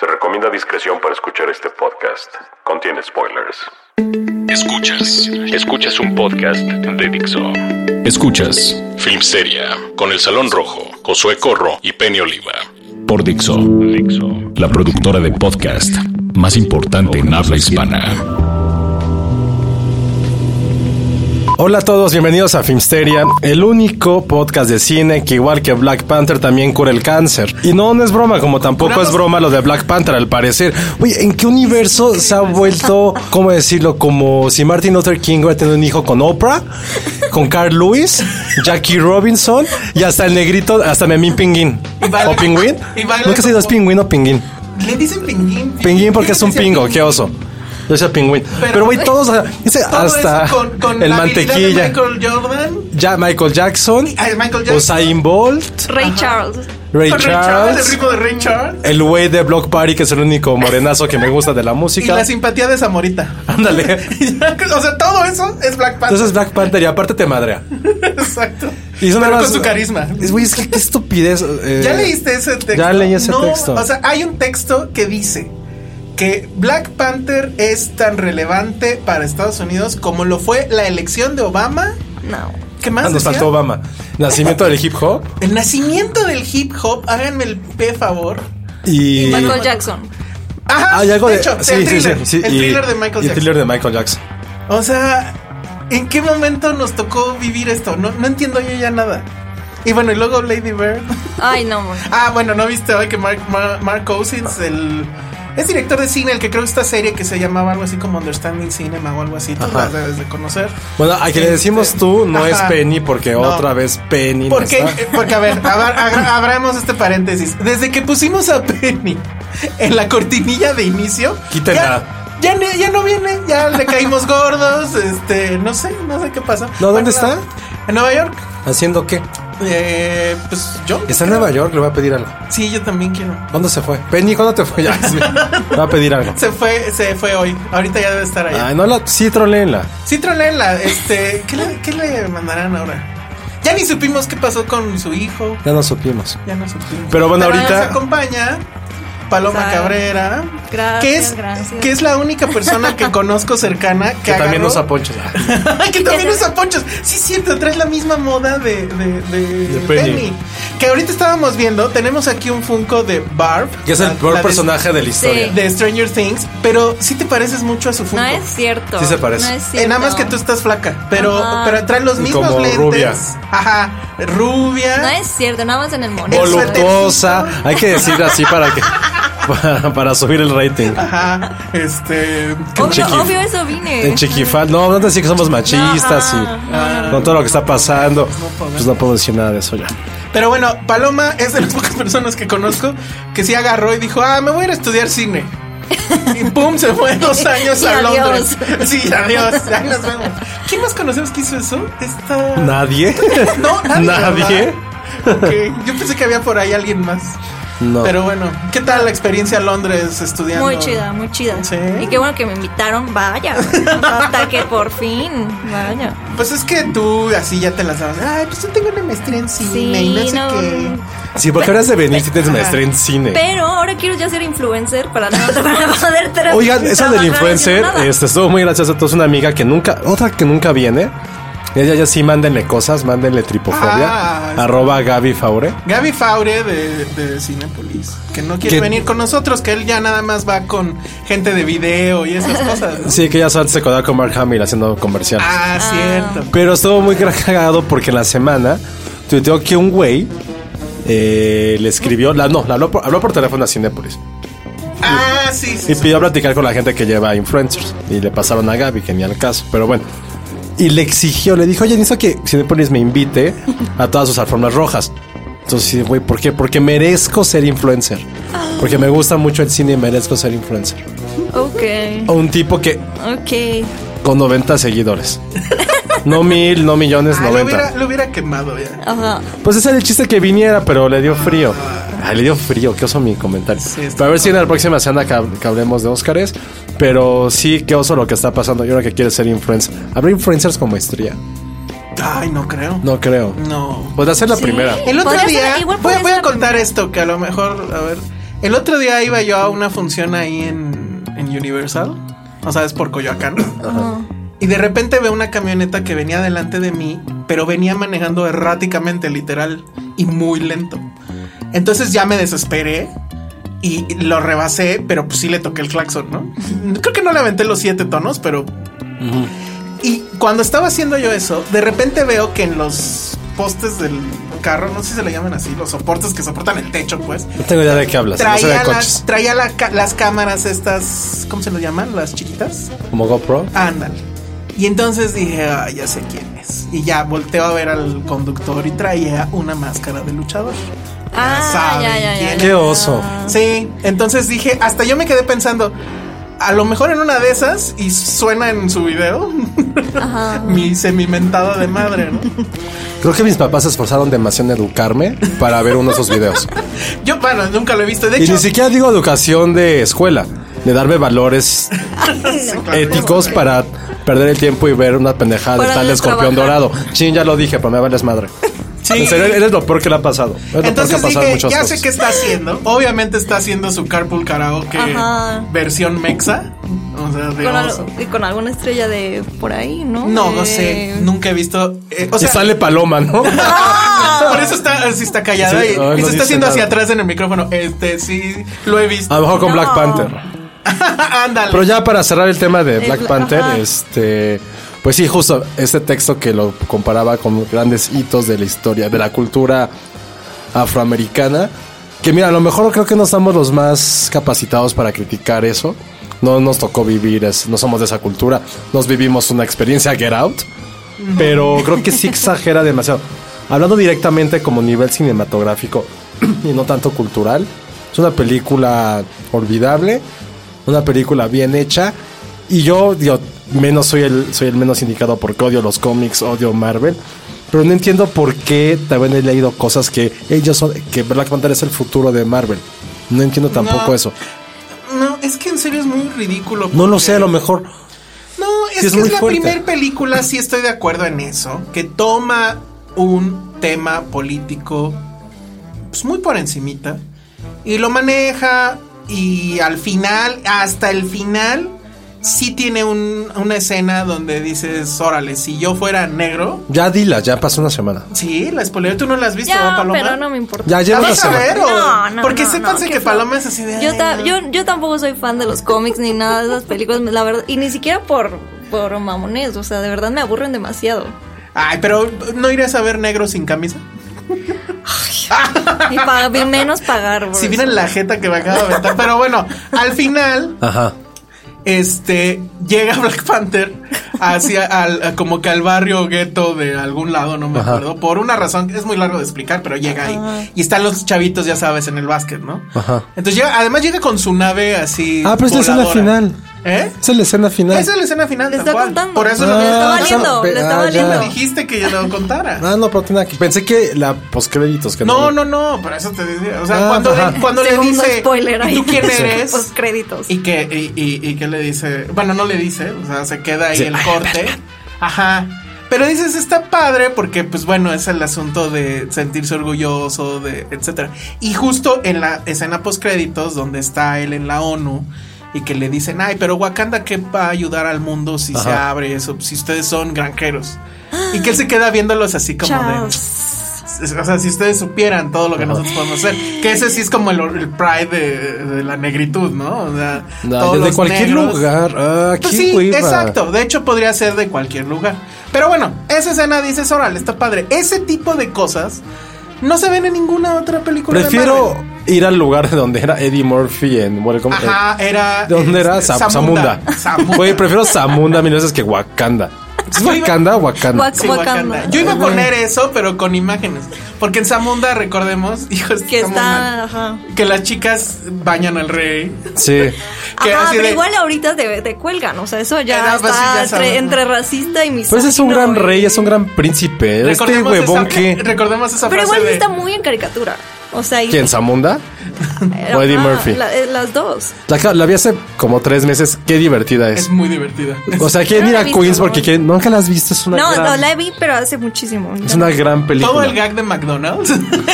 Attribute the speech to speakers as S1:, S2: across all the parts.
S1: Se recomienda discreción para escuchar este podcast. Contiene spoilers.
S2: Escuchas, escuchas un podcast de Dixo. Escuchas Filmsteria con El Salón Rojo, Josué Corro y Penny Oliva. Por Dixo, la productora de podcast más importante en habla hispana.
S3: Hola a todos, bienvenidos a Filmsteria, el único podcast de cine que igual que Black Panther también cura el cáncer. Y no, no es broma, como tampoco es broma lo de Black Panther al parecer. Oye, ¿en qué universo se ha
S4: pues.
S3: vuelto, cómo decirlo, como si Martin Luther King hubiera tenido un hijo con Oprah, con Carl Lewis, Jackie Robinson y hasta el negrito, hasta Memín Pinguín?
S4: baila-
S3: ¿O Pingüín?
S4: y baila
S3: ¿Nunca se
S4: como-
S3: dos pingüín o Pinguín?
S4: Le dicen pinguín.
S3: Pinguín porque es un
S4: Dice
S3: pingo, qué oso. Yo soy pingüín. Pero güey, todos, dice
S4: pues, Todo
S3: hasta
S4: eso con, con
S3: el
S4: la habilidad
S3: mantequilla.
S4: De Michael Jordan.
S3: Ya Michael Jackson,
S4: Ay, Michael Jackson.
S3: Usain Bolt,
S5: Ray Charles.
S3: Ray
S4: con Ray Charles. El
S3: Charles,
S4: ritmo de Ray Charles.
S3: el güey de Block Party que es el único morenazo que me gusta de la
S4: Y
S3: música.
S4: la simpatía de Zamorita.
S3: Ándale.
S4: o sea, todo eso es Black Panther.
S3: Entonces Black Panther y aparte te madrea.
S4: Exacto.
S3: Y son
S4: Pero
S3: nada más-
S4: con su carisma.
S3: Es güey, es que qué estupidez. eh.
S4: ¿Ya leíste ese texto?
S3: Ya leí ese
S4: No,
S3: texto.
S4: O sea, hay un texto que dice que Black Panther es tan relevante para Estados Unidos como lo fue la elección de Obama.
S5: No.
S4: ¿Qué
S3: Ah,
S4: más?
S3: nos
S4: decía?
S3: faltó Obama. Nacimiento del hip hop
S4: El nacimiento del hip hop, háganme el P favor.
S3: y
S5: Michael Jackson.
S4: Ajá,
S3: Ah, hay algo
S4: de,
S3: de
S4: hecho, el thriller, el
S3: y-
S4: thriller de Michael
S3: y el
S4: Jackson.
S3: thriller de Michael Jackson.
S4: O sea, ¿en qué momento nos tocó vivir esto? No, no entiendo yo ya nada. Y bueno, y luego Lady Bird.
S5: Ay, no. güey.
S4: Ah, bueno, ¿no viste hoy que Mark, Ma- Mark Cousins, el... Es director de cine, el que creó esta serie que se llamaba algo así como Understanding Cinema o algo así, tú
S3: Ajá.
S4: las debes de conocer.
S3: Bueno, a quien le decimos
S4: Este,
S3: tú no es
S4: ajá.
S3: Penny porque
S4: No.
S3: otra vez Penny. no
S4: Porque,
S3: está.
S4: eh, porque a ver, abra- abra- abramos este paréntesis. Desde que pusimos a Penny en la cortinilla de inicio,
S3: Quítenla.
S4: Ya, ya, ne- ya no viene, ya le caímos gordos, este, no sé, no sé qué pasa.
S3: No, ¿dónde
S4: nada. En Nueva York.
S3: ¿Haciendo qué?
S4: Eh, pues yo.
S3: Está en Nueva York, le voy a pedir algo.
S4: Sí, yo también quiero.
S3: ¿Dónde se fue? Penny, ¿cuándo te fue? Ya, sí. Le voy a pedir algo.
S4: Se fue, se fue hoy. Ahorita ya debe estar allá.
S3: Ay, no la. Sí, troleenla.
S4: Sí, troleenla, este, ¿qué le, qué le mandarán ahora? Ya ni supimos qué pasó con su hijo.
S3: Ya nos supimos.
S4: Ya no supimos.
S3: Pero bueno,
S4: Pero
S3: ahorita-
S4: nos acompaña Paloma
S5: Sara.
S4: Cabrera.
S5: Gracias,
S4: que es,
S5: gracias.
S4: Que es la única persona que conozco cercana que,
S3: Que también
S4: agarró-
S3: nos aponches.
S4: que también usa ponchos. Sí, es cierto, traes la misma moda de, de, de,
S3: De Penny.
S4: Penny. Que ahorita estábamos viendo, tenemos aquí un Funko de Barb.
S3: Que es el
S4: la-
S3: peor
S4: la de-
S3: personaje de la historia.
S5: Sí.
S4: De Stranger Things, pero sí te pareces mucho a su Funko.
S5: No es cierto.
S3: Sí se parece.
S5: No es
S3: Eh,
S4: Eh,
S5: cierto.
S4: nada más que tú estás flaca, pero,
S5: Ajá.
S4: pero trae los
S3: Y
S4: mismos
S3: como
S4: lentes.
S3: rubia.
S4: Ajá, rubia.
S5: No es cierto, nada más en el mono.
S4: Olo-
S3: Voluptuosa. Hay que decir así para que. Para, para subir el rating.
S4: Ajá, este.
S3: con
S5: Obvio,
S3: chiqui-
S5: obvio eso vine.
S3: En Chiquifal. No, no te decir que somos machistas y. Con todo lo que está pasando. Pues no puedo decir nada de eso ya.
S4: Pero bueno, Paloma es de las pocas personas que conozco que sí agarró y dijo, ah, me voy a ir a estudiar cine. Y pum, se fue dos años
S5: Y
S4: a
S5: adiós.
S4: Londres. Sí, adiós. Ahí nos vemos. ¿Quién más conocemos que hizo eso? Esta.
S3: Nadie.
S4: No, nadie.
S3: Nadie.
S4: ¿verdad? Ok, Yo pensé que había por ahí alguien más.
S3: No.
S4: Pero bueno, ¿qué tal la experiencia en Londres estudiando?
S5: Muy chida, muy chida.
S4: Sí.
S5: Y qué bueno que me invitaron. Vaya. Hasta que por fin. Vaya.
S4: Pues es que tú así ya te las dabas. Ay, pues yo tengo una maestría en cine
S5: Sí,
S4: y no sé
S5: no.
S4: qué.
S3: Sí, porque habrías de venir si tienes maestría en cine.
S5: Pero ahora quiero ya ser influencer para, no, para poder tra-
S3: Oigan, esa del
S5: trabajar
S3: influencer
S5: haciendo nada.
S3: este, estuvo muy graciosa. Entonces, una amiga que nunca, otra que nunca viene. Ella ya sí, mándenle cosas, mándenle tripofobia.
S4: Ah, esta-
S3: Arroba Gaby Faure.
S4: Gaby Faure de, de Cinepolis, que no quiere
S3: Que-
S4: venir con nosotros, que él ya nada más va con gente de video y esas cosas. ¿no?
S3: Sí, que ya antes se quedaba con Mark Hamill haciendo comerciales.
S4: Ah, cierto.
S3: Pero estuvo muy cagado porque en la semana tuiteó que un güey eh, le escribió, la, no, la habló, por, habló por teléfono a Cinepolis
S4: Ah, sí, sí.
S3: y pidió platicar con la gente que lleva influencers y le pasaron a Gaby, que ni al caso, pero bueno. Y le exigió, le dijo, oye, necesito que Cinepolis me invite a todas sus alfombras rojas. Entonces, sí, güey, ¿por qué? Porque merezco ser influencer. Porque me gusta mucho el cine y merezco ser influencer.
S5: Ok.
S3: O un tipo que
S5: Ok.
S3: con 90 seguidores. No mil, no millones,
S4: Ah, lo,
S3: 90.
S4: hubiera, lo hubiera quemado ya.
S5: Ajá.
S3: Pues ese era el chiste que viniera, pero le dio frío. Ay, le dio frío, qué oso mi comentario.
S4: está
S3: Pero a ver si en la próxima semana que, hab- que hablemos de Óscares. Pero sí, qué oso lo que está pasando. Y ahora que quiere ser influencer. ¿Habrá influencers con maestría?
S4: Ay, no creo.
S3: No creo.
S4: No.
S3: Podría ser la primera.
S4: El otro
S5: Podría
S4: día,
S5: ser- igual
S4: voy,
S5: podría
S4: voy a
S5: ser-
S4: contar esto, que a lo mejor, a ver. El otro día iba yo a una función ahí en, en Universal, o sea, es por Coyoacán. Y de repente veo una camioneta que venía delante de mí, pero venía manejando erráticamente, literal, y muy lento. Entonces ya me desesperé y lo rebasé, pero pues sí le toqué el claxon, ¿no? Creo que no le aventé los siete tonos, pero y cuando estaba haciendo yo eso, de repente veo que en los postes del carro, no sé si se le llaman así, los soportes que soportan el techo, pues,
S3: No tengo idea de qué hablas. No sé de
S4: traía,
S3: coches.
S4: las, traía la ca- las cámaras estas, ¿cómo se lo llaman? Las chiquitas.
S3: Como GoPro.
S4: Ándale. Y entonces dije, "Ah, ya sé quién es. Y ya volteo a ver al conductor y traía una máscara de luchador.
S5: Ah,
S4: saben
S5: ya, ya,
S4: quién
S5: ya.
S3: Qué oso.
S5: Ah.
S4: Sí, entonces dije, hasta yo me quedé pensando, a lo mejor en una de esas y suena en su video mi semimentada de madre, ¿no?
S3: Creo que mis papás se esforzaron demasiado en educarme para ver uno de esos videos.
S4: Yo, bueno, nunca lo he visto. De
S3: Y
S4: hecho,
S3: ni siquiera digo educación de escuela. De darme valores éticos para perder el tiempo y ver una pendejada de
S5: Para
S3: tal
S5: no
S3: escorpión
S5: trabajar.
S3: dorado. Chin, ya lo dije, pero me vales madre.
S4: Sí.
S3: En serio, eres lo peor que le ha pasado. Eres lo peor que ha
S4: entonces
S3: pasado en
S4: dije,
S3: muchas
S4: ya
S3: cosas.
S4: sé qué está haciendo. Obviamente está haciendo su carpool karaoke
S5: Ajá.
S4: versión mexa. O sea, de
S5: Con al-
S4: oso.
S5: y con alguna estrella de por ahí, ¿no? Eh.
S4: No,
S5: De-
S4: no sé, nunca he visto. eh, o
S3: Y
S4: sea,
S3: sale paloma, ¿no?
S4: por eso está, sí está callada
S3: Sí,
S4: y,
S3: no, no
S4: y se
S3: dice
S4: está haciendo hacia
S3: nada.
S4: atrás en el micrófono. Este sí lo he visto.
S3: A lo mejor con
S5: No.
S3: Black Panther.
S4: Ándale.
S3: Pero ya para cerrar el tema de Black
S5: Bla-
S3: Panther,
S5: ajá.
S3: este. Pues sí, justo este texto que lo comparaba con grandes hitos de la historia, de la cultura afroamericana. Que mira, a lo mejor creo que no estamos los más capacitados para criticar eso. No nos tocó vivir, es- no somos de esa cultura. Nos vivimos una experiencia Get Out. Pero creo que sí exagera demasiado. Hablando directamente como nivel cinematográfico y no tanto cultural, es una película olvidable, una película bien hecha. Y yo, digo, menos soy el, soy el menos indicado porque odio los cómics, odio Marvel. Pero no entiendo por qué también he leído cosas que ellos son, que Black Panther es el futuro de Marvel. No entiendo tampoco
S4: No.
S3: eso.
S4: No, es que en serio es muy ridículo.
S3: No lo
S4: porque-
S3: sé, a lo mejor.
S4: No, es
S3: Sí, es
S4: que
S3: muy
S4: es la
S3: fuerte.
S4: primera película, sí estoy de acuerdo en eso, que toma un tema político pues, muy por encimita y lo maneja y al final, hasta el final, sí tiene un- una escena donde dices, órale, si yo fuera negro,
S3: Ya dila, ya pasó una semana.
S4: sí, la spoiler, tú no la has visto, ¿verdad,
S5: Ya,
S4: Paloma?
S5: pero no me importa.
S3: Ya lleva
S4: ¿La
S3: una
S4: vas a
S3: semana.
S4: ver o-
S5: No, no,
S4: Porque
S5: no,
S4: sépanse
S5: no,
S4: que
S5: qué feo.
S4: Paloma es así de...
S5: Yo,
S4: "Ay,
S5: ta-
S4: no".
S5: yo, yo tampoco soy fan de los cómics ni nada de esas películas, la verdad, y ni siquiera por, por mamones, o sea, de verdad me aburren demasiado.
S4: Ay, pero ¿no irías a ver negro sin camisa?
S5: Y pa- menos pagar. por
S4: Si
S5: eso.
S4: miren la jeta que me acaba de aventar. Pero bueno, al final,
S3: Ajá.
S4: este, llega Black Panther hacia, al, a- como que al barrio gueto de algún lado, no me
S3: Ajá.
S4: acuerdo. Por una razón, que es muy largo de explicar, pero llega ahí. Y están los chavitos, ya sabes, en el básquet, ¿no?
S3: Ajá.
S4: Entonces llega, además llega con su nave así.
S3: Ah, pero es la escena
S4: voladora.
S3: final.
S4: ¿Eh?
S3: Esa es la escena final.
S4: Esa es la escena final.
S5: Le
S4: tal
S5: está
S4: cual.
S5: contando.
S4: Por eso
S3: Ah,
S4: lo
S5: le está
S3: Ah,
S5: valiendo,
S3: pe-
S5: le está
S3: ah,
S5: valiendo.
S3: ya.
S4: me dijiste que yo lo contara.
S3: Ah, no, pero tiene aquí. Pensé que la postcréditos. Que
S4: No, no, no, pero eso te decía. O sea,
S3: Ah,
S4: cuando,
S3: ajá.
S4: le, cuando le
S5: Segundo
S4: dice.
S5: spoiler ahí.
S4: ¿Y tú quién eres?
S5: Pues créditos.
S4: Y que, y, y- y que le dice, bueno, no le dice, o sea, se queda ahí
S3: Sí.
S4: el corte. Ajá. Pero dices, está padre porque, pues bueno, es el asunto de sentirse orgulloso, de etcétera. Y justo en la escena postcréditos, donde está él en la ONU y que le dicen, ay, pero Wakanda, ¿qué va a ayudar al mundo si se
S3: Ajá.
S4: abre eso? Si ustedes son granjeros. Y que él se queda viéndolos así como
S5: Chao.
S4: de... o sea, si ustedes supieran todo lo que nosotros podemos hacer, que ese sí es como el, el pride de, de la negritud, ¿no? O sea,
S3: No,
S4: todos
S3: desde
S4: los
S3: cualquier
S4: negros-
S3: lugar. Ah,
S4: Pues
S3: qué
S4: sí,
S3: hueva.
S4: exacto. De hecho, podría ser de cualquier lugar. Pero bueno, esa escena dices, órale, está padre. Ese tipo de cosas no se ven en ninguna otra película. de
S3: Prefiero
S4: Marvel.
S3: ir al lugar de donde era Eddie Murphy en Welcome.
S4: Ajá, era.
S3: eh, ¿De dónde era?
S4: este,
S3: Sa- Zamunda.
S4: Zamunda.
S3: Güey, prefiero Zamunda mil veces que Wakanda. ¿Es
S4: Yo iba-
S3: Wakanda o Wakanda?
S5: Guac-
S4: Sí, Wakanda.
S5: Wakanda.
S4: Yo iba a poner eso, pero con imágenes. Porque en Zamunda, recordemos, hijo,
S5: Que
S4: está muy mal.
S5: está. Ajá.
S4: Que las chicas bañan al rey.
S3: Sí.
S4: Que
S5: Ajá,
S4: así
S5: pero
S4: de-
S5: igual ahorita te, te cuelgan, o sea, eso ya
S3: Eh,
S4: Ah,
S5: está
S4: pues sí, ya
S5: entre,
S4: sabes, ¿no?
S5: entre racista y misógino.
S3: Pues es un gran
S5: y-
S3: rey, es un gran príncipe. Este
S4: eh. Recordemos
S3: huevón
S4: esa-
S3: que.
S4: Recordemos esa
S5: Pero
S4: frase
S5: igual
S4: de-
S5: está muy en caricatura. O sea, y-
S3: ¿Quién? ¿Zamunda?
S5: Ajá,
S3: o Eddie Murphy?
S5: la- eh, las dos.
S3: La, la vi hace como tres meses. Qué divertida es.
S4: Es muy divertida.
S3: O sea, quieren
S5: Yo
S3: ir
S5: la
S3: a
S5: he visto,
S3: Queens
S5: ¿no?
S3: porque quieren. Nunca la has visto. Es una
S5: No,
S3: gran,
S5: no, la vi, pero hace muchísimo.
S3: es una gran película.
S4: Todo el gag de McDonald's.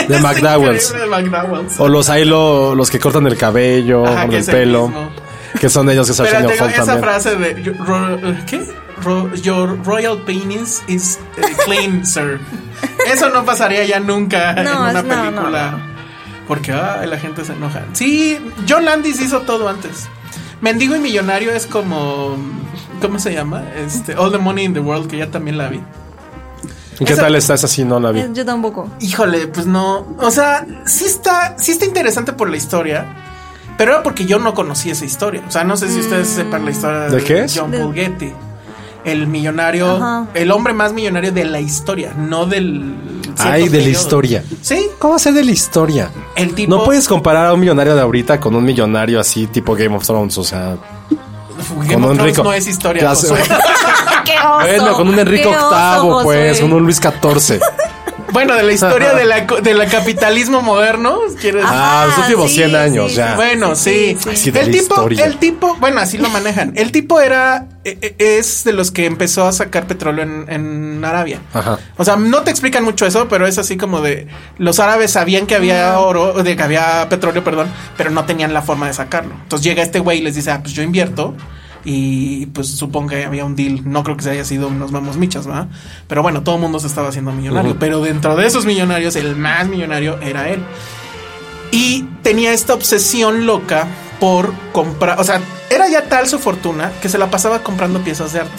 S3: De
S4: Es
S3: McDowell's.
S4: increíble De McDowell's.
S3: O los ahí lo- los que cortan el cabello,
S4: Ajá, que
S3: el
S4: es el
S3: pelo.
S4: mismo.
S3: Que son ellos que se
S4: Pero
S3: hacen
S4: tengo esa
S3: también.
S4: frase de yo- ro- eh, ¿qué? Ro- your royal penis is eh, clean, sir. Eso no pasaría ya nunca en
S5: No,
S4: una
S5: es- no,
S4: película.
S5: no, no.
S4: Porque ay, la gente se enoja. Sí, John Landis hizo todo antes. Mendigo y millonario es como ¿cómo se llama? Este All the Money in the World que ya también la vi.
S3: ¿Y ¿Qué
S4: Esa-
S3: tal está esa si no la vi?
S5: Eh, Yo tampoco.
S4: Híjole, pues no. O sea, sí está, sí está interesante por la historia. Pero era porque yo no conocía esa historia. O sea, no sé si ustedes sepan la historia
S3: ¿De qué es?
S4: John
S5: Mm. De-
S4: Paul Getty. El millonario,
S5: Ajá.
S4: el hombre más millonario de la historia, no del.
S3: Ay,
S4: cierto
S3: de la
S4: periodo.
S3: historia.
S4: Sí,
S3: ¿Cómo hacer de la historia?
S4: el tipo.
S3: No puedes comparar a un millonario de ahorita con un millonario así tipo Game of Thrones, o sea,
S4: Game
S3: con
S4: of
S3: un
S4: Thrones
S3: rico.
S4: no es historia.
S3: Ya sé.
S4: Josué.
S5: ¡Qué oso!
S3: bueno, con un Enrique
S5: ¡Qué oso,
S3: VIII,
S5: Josué!
S3: pues, con un Luis XIV.
S4: bueno, de la historia de la, co- de la capitalismo moderno, quiero decir.
S3: Ah, los últimos
S5: sí,
S3: 100
S5: sí,
S3: años
S5: sí,
S3: ya.
S4: Bueno, sí.
S5: sí,
S3: sí. de
S4: El
S3: la
S4: tipo,
S3: historia.
S4: el tipo, bueno, así lo manejan. El tipo era, e- e- es de los que empezó a sacar petróleo en, en Arabia.
S3: Ajá.
S4: O sea, no te explican mucho eso, pero es así como de los árabes sabían que había oro, de que había petróleo, perdón, pero no tenían la forma de sacarlo. Entonces llega este güey y les dice, ah, pues yo invierto. Y pues supongo que había un deal. No creo que se haya sido unos mamos michas, ¿verdad? Pero bueno, todo el mundo se estaba haciendo millonario. Pero dentro de esos millonarios, el más millonario era él. Y tenía esta obsesión loca por comprar, o sea, era ya tal su fortuna que se la pasaba comprando piezas de arte,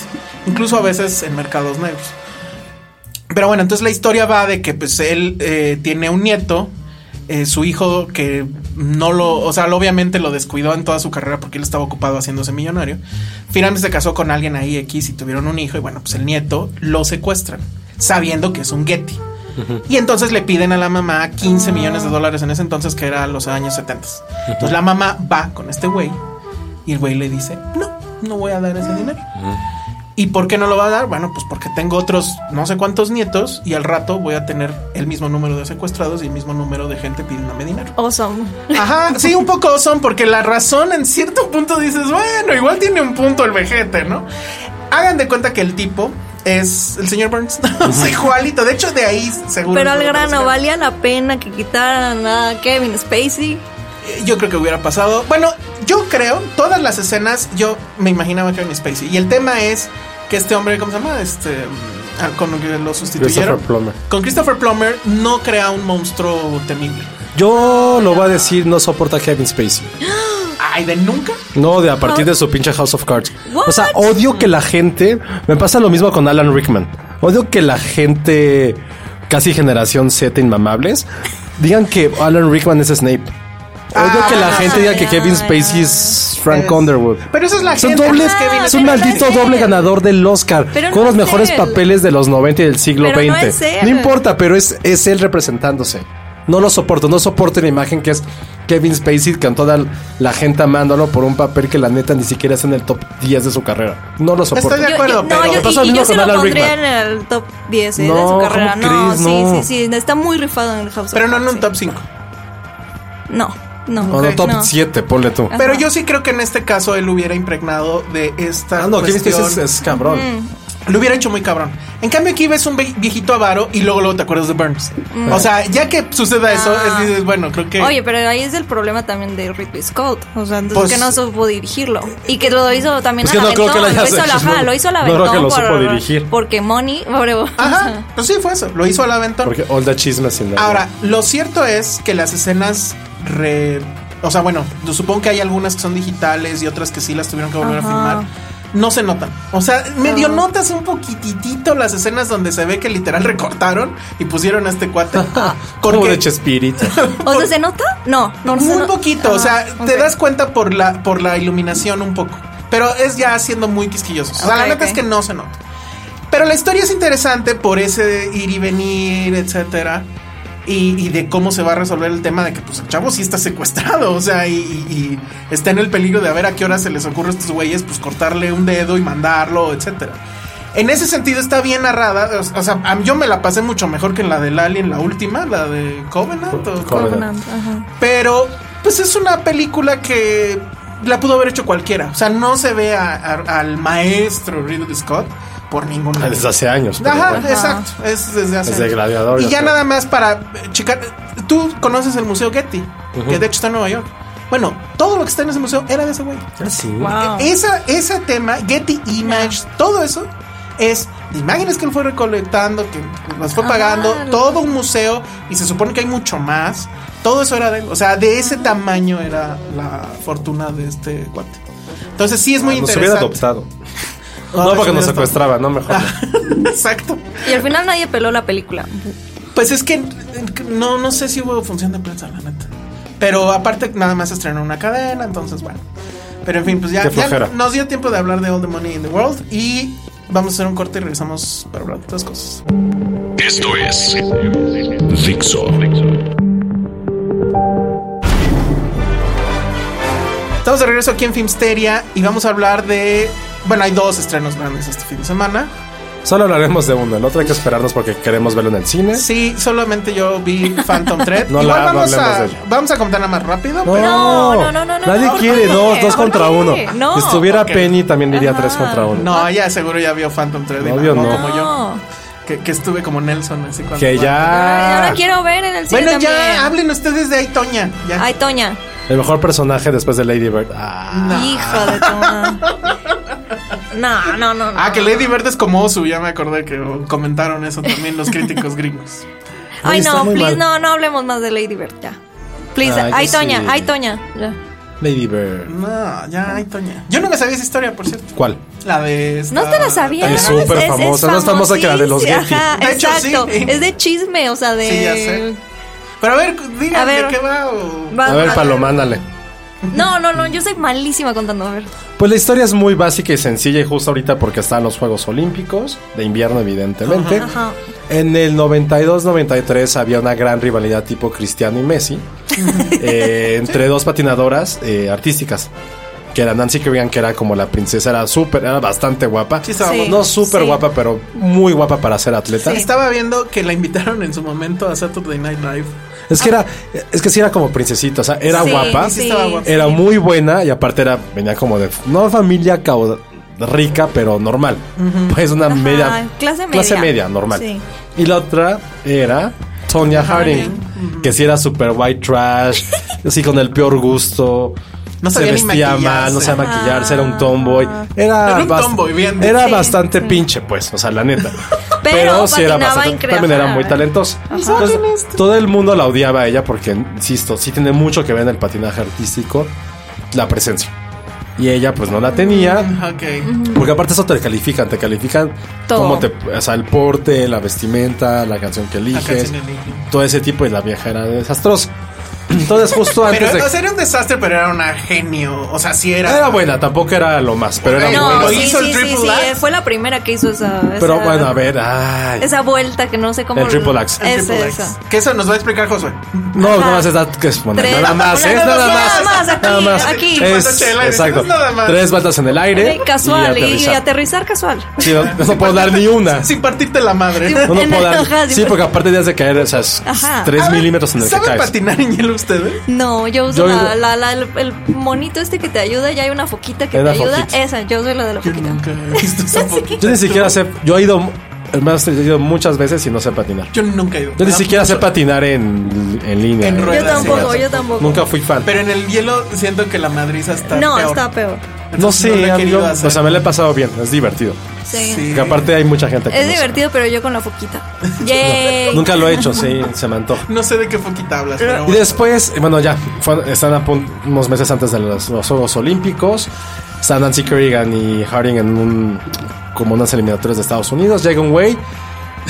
S4: incluso a veces en mercados negros. Pero bueno, entonces la historia va de que pues él eh, tiene un nieto, eh, su hijo que no lo, o sea, lo- obviamente lo descuidó en toda su carrera porque él estaba ocupado haciéndose millonario. Finalmente se casó con alguien ahí X y tuvieron un hijo y bueno, pues el nieto lo secuestran, sabiendo que es un Getty. Y entonces le piden a la mamá 15 millones de dólares en ese entonces, que era los años 70. Entonces la mamá va con este güey y el güey le dice, no, no voy a dar ese dinero. ¿Y por qué no lo va a dar? Bueno, pues porque tengo otros no sé cuántos nietos y al rato voy a tener el mismo número de secuestrados y el mismo número de gente pidiéndome dinero.
S5: Awesome.
S4: Ajá, sí, un poco son porque la razón en cierto punto dices, bueno, igual tiene un punto el vejete, ¿no? Hagan de cuenta que el tipo es el señor Burns, o sea, igualito, de hecho de ahí seguro.
S5: Pero al
S4: lo
S5: grano,
S4: conocen.
S5: ¿valía la pena que quitaran a Kevin Spacey?
S4: Eh, Yo creo que hubiera pasado. Bueno, yo creo, todas las escenas, yo me imaginaba que era en Spacey. Y el tema es que este hombre, ¿cómo se llama? Este. mm, ah, Con el que lo sustituyeron.
S3: Christopher Plummer.
S4: Con Christopher Plummer no crea un monstruo temible.
S3: Yo lo voy a decir, no soporta Kevin Spacey.
S4: Ay, de nunca.
S3: No, de a partir de su pinche House of Cards.
S5: What?
S3: O sea, odio que la gente. Me pasa lo mismo con Alan Rickman. Odio que la gente, casi generación Z inmamables, digan que Alan Rickman es Snape.
S5: Ah,
S3: Odio que la gente diga que Kevin Spacey es Frank
S4: Es-
S3: Underwood.
S4: Pero eso es la
S3: Es un
S4: gente.
S3: doble,
S4: es Kevin
S3: es un
S5: pero no
S3: maldito
S5: es
S3: doble
S5: él.
S3: ganador del Oscar.
S5: Pero
S3: con
S5: no
S3: los
S5: es
S3: mejores
S5: él.
S3: papeles de los 90 y del siglo
S5: Pero no
S3: XX.
S5: es él.
S3: No importa, pero es, es él representándose. No lo soporto, no soporto la imagen que es Kevin Spacey con toda la gente amándolo por un papel que la neta ni siquiera es en el top 10 de su carrera. No lo soporto.
S4: Estoy de acuerdo, pero-
S5: no, yo,
S4: Me
S3: pasa lo
S5: y- y
S3: mismo
S5: yo sí
S3: con
S5: lo
S3: Alan
S5: pondría
S3: Rickman.
S5: en el top 10 eh,
S3: No,
S5: de su
S3: ¿cómo
S5: carrera. No,
S3: crees?
S5: sí,
S3: No.
S5: sí, sí. Está muy rifado en el House of
S4: Pero no en
S5: Cards,
S4: un top 5.
S5: sí. No, no.
S3: O no, top
S5: no.
S3: 7, ponle tú.
S5: Ajá.
S4: Pero yo sí creo que en este caso él hubiera impregnado de esta.
S3: Ah, no, Kevin
S4: cuestión.
S3: Spacey es, es cabrón.
S4: Lo hubiera hecho muy cabrón. En cambio, aquí ves un ve- viejito avaro y luego, luego te acuerdas de Burns.
S3: Mm.
S4: O sea, ya que suceda eso,
S3: Ah.
S4: es, dices, bueno, creo que.
S5: Oye, pero ahí es el problema también de Ridley Scott. O sea, entonces
S4: Pues-
S5: que no supo dirigirlo. Y que lo hizo también
S3: Es que
S5: a
S3: no
S5: la
S3: creo que lo haya
S5: lo hizo a la
S3: hecho,
S5: ajá,
S3: no-
S5: lo hizo a la
S3: no creo que lo supo dirigir.
S5: Porque Money,
S4: Ajá, pues sí, fue eso. Lo hizo al aventón.
S3: Porque all the chisme sin nada.
S4: Ahora, lo cierto es que las escenas re- O sea, bueno, yo supongo que hay algunas que son digitales y otras que sí las tuvieron que volver a filmar. No se notan. O sea,
S3: Ah.
S4: medio notas un poquititito las escenas donde se ve que literal recortaron y pusieron a este cuate. Porque-
S3: Como de Chespirito.
S5: O sea, ¿se nota? No, no se
S4: muy
S5: no-
S4: poquito, o sea,
S5: Ajá,
S4: te
S5: ok.
S4: das cuenta por la, por la iluminación un poco. Pero es ya siendo muy quisquilloso. O sea, la
S5: Ok,
S4: neta
S5: ok.
S4: es que no se nota. Pero la historia es interesante por ese ir y venir, etcétera. Y, y de cómo se va a resolver el tema de que pues el chavo sí está secuestrado, o sea, y, y- y está en el peligro de a ver a qué hora se les ocurre a estos güeyes, pues cortarle un dedo y mandarlo, etcétera. En ese sentido está bien narrada, o, o sea, a mí- yo me la pasé mucho mejor que en la del Alien, la última, la de Covenant. o-
S5: Covenant, ajá.
S4: pero, pues es una película que la pudo haber hecho cualquiera. O sea, no se ve a- a- al maestro Ridley Scott por ningún lado.
S3: Desde hace años. pero
S4: Ajá,
S3: bueno.
S4: exacto. Es desde hace.
S3: Desde
S4: años.
S3: Gladiador,
S4: Y
S3: yo
S4: ya
S3: creo.
S4: nada más para eh, checar. Tú conoces el Museo Getty, que de hecho está en Nueva York. Bueno, todo lo que está en ese museo era de ese güey.
S3: Ah, sí.
S5: Wow.
S4: Esa, ese tema, Getty Image, todo eso es de imágenes que él fue recolectando, que las fue pagando,
S5: lo-
S4: todo un museo, y se supone que hay mucho más. Todo eso era de él. O sea, de ese tamaño era la fortuna de este cuate. Entonces sí es muy
S3: Nos hubiera
S4: interesante.
S3: adoptado.
S4: Ah,
S3: No, porque nos
S4: hubiera adoptado. Ah,
S3: secuestraban, no mejor.
S4: Exacto.
S5: Y al final nadie peló la película.
S4: Pues es que eh, no, no sé si hubo función de prensa, la neta. Pero aparte, nada más estrenó una cadena, entonces bueno. Pero en fin, pues ya,
S3: Qué
S4: ya
S3: flojera.
S4: nos dio tiempo de hablar de All the Money in the World y vamos a hacer un corte y regresamos para hablar de otras cosas.
S2: Esto es Dixo.
S4: Estamos de regreso aquí en Filmsteria y vamos a hablar de. Bueno, hay dos estrenos grandes este fin de semana.
S3: Solo hablaremos de uno, el otro hay que esperarnos porque queremos verlo en el cine.
S4: Sí, solamente yo vi Phantom Thread.
S3: No
S4: Igual
S3: la- no
S4: vamos,
S3: hablemos
S4: a,
S3: de ella.
S4: vamos a contarla más rápido.
S3: No,
S4: pero-
S5: no, no, no, no,
S3: Nadie
S5: no,
S3: quiere
S5: no,
S3: dos,
S5: no,
S3: dos
S5: no,
S3: contra
S5: no,
S3: uno.
S5: no.
S3: si estuviera
S4: Ok.
S3: Penny también diría tres contra uno.
S4: No, ella seguro ya vio Phantom Thread. y
S3: No
S4: la
S3: vio,
S4: amó
S3: no.
S4: Como yo. Que, que estuve como Nelson, así cuando.
S3: Que
S5: Ay,
S3: ya.
S5: ahora quiero ver en el cine
S4: Ah. Bueno,
S5: también.
S4: ya, hablen ustedes de ahí, Toña. Ya.
S5: Ay, Toña.
S3: El mejor personaje después de Lady Bird. Ah,
S5: Hijo de Toña. No, no, no. no.
S4: Ah, que Lady Bird es como Osu, ya me acordé que comentaron eso también los críticos gringos.
S5: Ay,
S3: Está
S5: no,
S3: muy
S5: please,
S3: mal.
S5: no, no hablemos más de Lady Bird, ya. Please,
S3: Ah,
S5: ay,
S3: yo sí.
S5: Toña, ay, Toña. ya.
S3: Lady Bird.
S4: No, ya, ay, Toña. Yo no me sabía esa historia, por cierto.
S3: ¿Cuál?
S4: La de. esta-
S5: No te la sabías.
S3: Es súper famosa, más famosa que la de los
S5: famosísima, ajá,
S4: Getty. De hecho,
S5: exacto.
S4: sí.
S5: Es de chisme, o sea, de.
S4: Sí, ya sé. Pero a ver,
S5: A
S4: díganme
S5: ver.
S4: de qué va o.
S5: Va-
S3: A ver, Paloma, ándale.
S5: No, no, no, yo soy malísima contando. A ver.
S3: Pues la historia es muy básica y sencilla y justo ahorita porque están los Juegos Olímpicos, de invierno evidentemente.
S5: Ajá.
S3: En el 92-93 había una gran rivalidad tipo Cristiano y Messi eh, entre dos patinadoras eh, artísticas. Que era Nancy Kerrigan, que era como la princesa, era súper, era bastante guapa.
S4: Sí, estaba Sí,
S3: no súper
S5: sí.
S3: guapa, pero muy guapa para ser atleta.
S4: Estaba viendo que la invitaron en su momento a Saturday Night Live.
S3: Es que era, es que sí era como princesita, o sea, era
S5: Sí,
S3: guapa. Eh,
S4: sí estaba guapa.
S3: Era muy buena y aparte era, venía como de, no familia cau- rica, pero normal. Pues una
S5: Ajá,
S3: media.
S5: clase media.
S3: normal.
S5: Sí.
S3: Y la otra era Tonya Harding, que sí era super white trash, así con el peor gusto.
S4: No
S3: se
S4: sabía ni
S3: vestía mal,
S4: maquillarse.
S3: no sabía maquillarse, era un tomboy. Era,
S4: Era un
S3: bast-
S4: tomboy, bien
S3: era
S5: Ah. Sí,
S3: bastante pinche, pues, o sea, la neta.
S5: Pero
S3: sí era
S5: patinaba
S3: bastante,
S5: increíble.
S3: también era muy talentosa. Entonces, todo el mundo la odiaba a ella porque, insisto, sí tiene mucho que ver en el patinaje artístico la presencia. Y ella pues no la tenía,
S4: Ah, Ok.
S3: porque aparte eso te califican, te califican
S5: Todo.
S3: cómo te, o sea, el porte, la vestimenta, la canción que
S4: La
S3: eliges,
S4: canción de-
S3: todo ese tipo y la vieja era desastrosa. Entonces justo antes
S4: Pero, o sea,
S3: de
S4: era un desastre, pero era una genio. O sea, sí era.
S3: era buena, tampoco era lo más, pero era
S4: Bueno,
S5: No,
S3: buena.
S4: ¿Lo
S5: sí,
S4: hizo el
S5: sí, sí,
S4: Triple
S5: sí,
S4: Axe?
S5: eh, Fue la primera que hizo esa.
S3: Pero
S5: esa-
S3: bueno, a ver, ay.
S5: Esa vuelta que no sé cómo.
S3: El Triple Axe.
S4: el
S5: Es
S4: Triple X.
S5: esa.
S4: Pues, Que eso nos va a explicar Josué.
S3: No,
S5: Ajá.
S3: no más es dat- que es bueno,
S5: Tres-
S3: nada más, ¿eh?
S5: Nada
S3: Nada
S5: más,
S3: más.
S5: aquí, aquí.
S3: Es,
S4: Cuando chela y
S3: exacto.
S4: decimos nada más.
S3: Tres batas en el aire.
S5: Ok, Casual, y- y,
S3: aterrizar.
S5: aterrizar casual.
S3: Sí, no, no puedo dar ni una.
S4: Sin partirte la madre.
S5: Sí,
S3: No, no
S5: En
S3: puedo
S5: el-
S3: dar.
S5: ajá, sí,
S3: Sí,
S5: pues.
S3: porque aparte de hacer caer esas
S5: Ajá.
S3: tres
S4: A ver,
S3: milímetros en el que
S4: ¿saben
S3: caes.
S4: patinar en hielo ustedes?
S5: No, yo
S3: Yo-
S5: uso la, la- la- el, el monito este que te ayuda, ya hay una foquita que
S3: Es
S5: te
S3: la
S5: ayuda.
S3: foquita.
S5: Esa, yo soy la de la
S4: Yo
S5: foquita.
S4: nunca he visto esa foquita.
S3: Yo ni siquiera sé. Yo he ido. Hermanos, he ido muchas veces y no sé patinar.
S4: Yo nunca he ido.
S3: Yo
S4: Me
S3: ni
S4: da
S3: siquiera sé
S4: Ah, mucho-
S3: patinar en, en línea.
S4: En
S3: eh.
S4: ruedas,
S5: Yo tampoco,
S4: sí.
S5: yo tampoco.
S3: Nunca fui fan.
S4: Pero en el hielo siento que la madriza está
S5: no,
S4: peor.
S5: está peor.
S3: no
S4: Entonces,
S3: sé,
S4: lo he
S3: a mí
S4: querido
S3: no-
S4: hacer.
S3: o sea, me lo he pasado bien. Es divertido.
S5: Sí.
S4: Sí.
S3: Que aparte hay mucha gente que
S5: Es
S3: no sabe.
S5: divertido, pero yo con la foquita. Yay.
S3: Nunca lo he hecho, sí, se me antoja.
S4: No sé de qué foquita hablas, pero
S3: Y
S4: bueno.
S3: después, eh, bueno, ya, fue- están a pun- unos meses antes de los, los Juegos Olímpicos. Están Nancy Kerrigan y Harding en un, como unas eliminatorias de Estados Unidos. Llega un güey,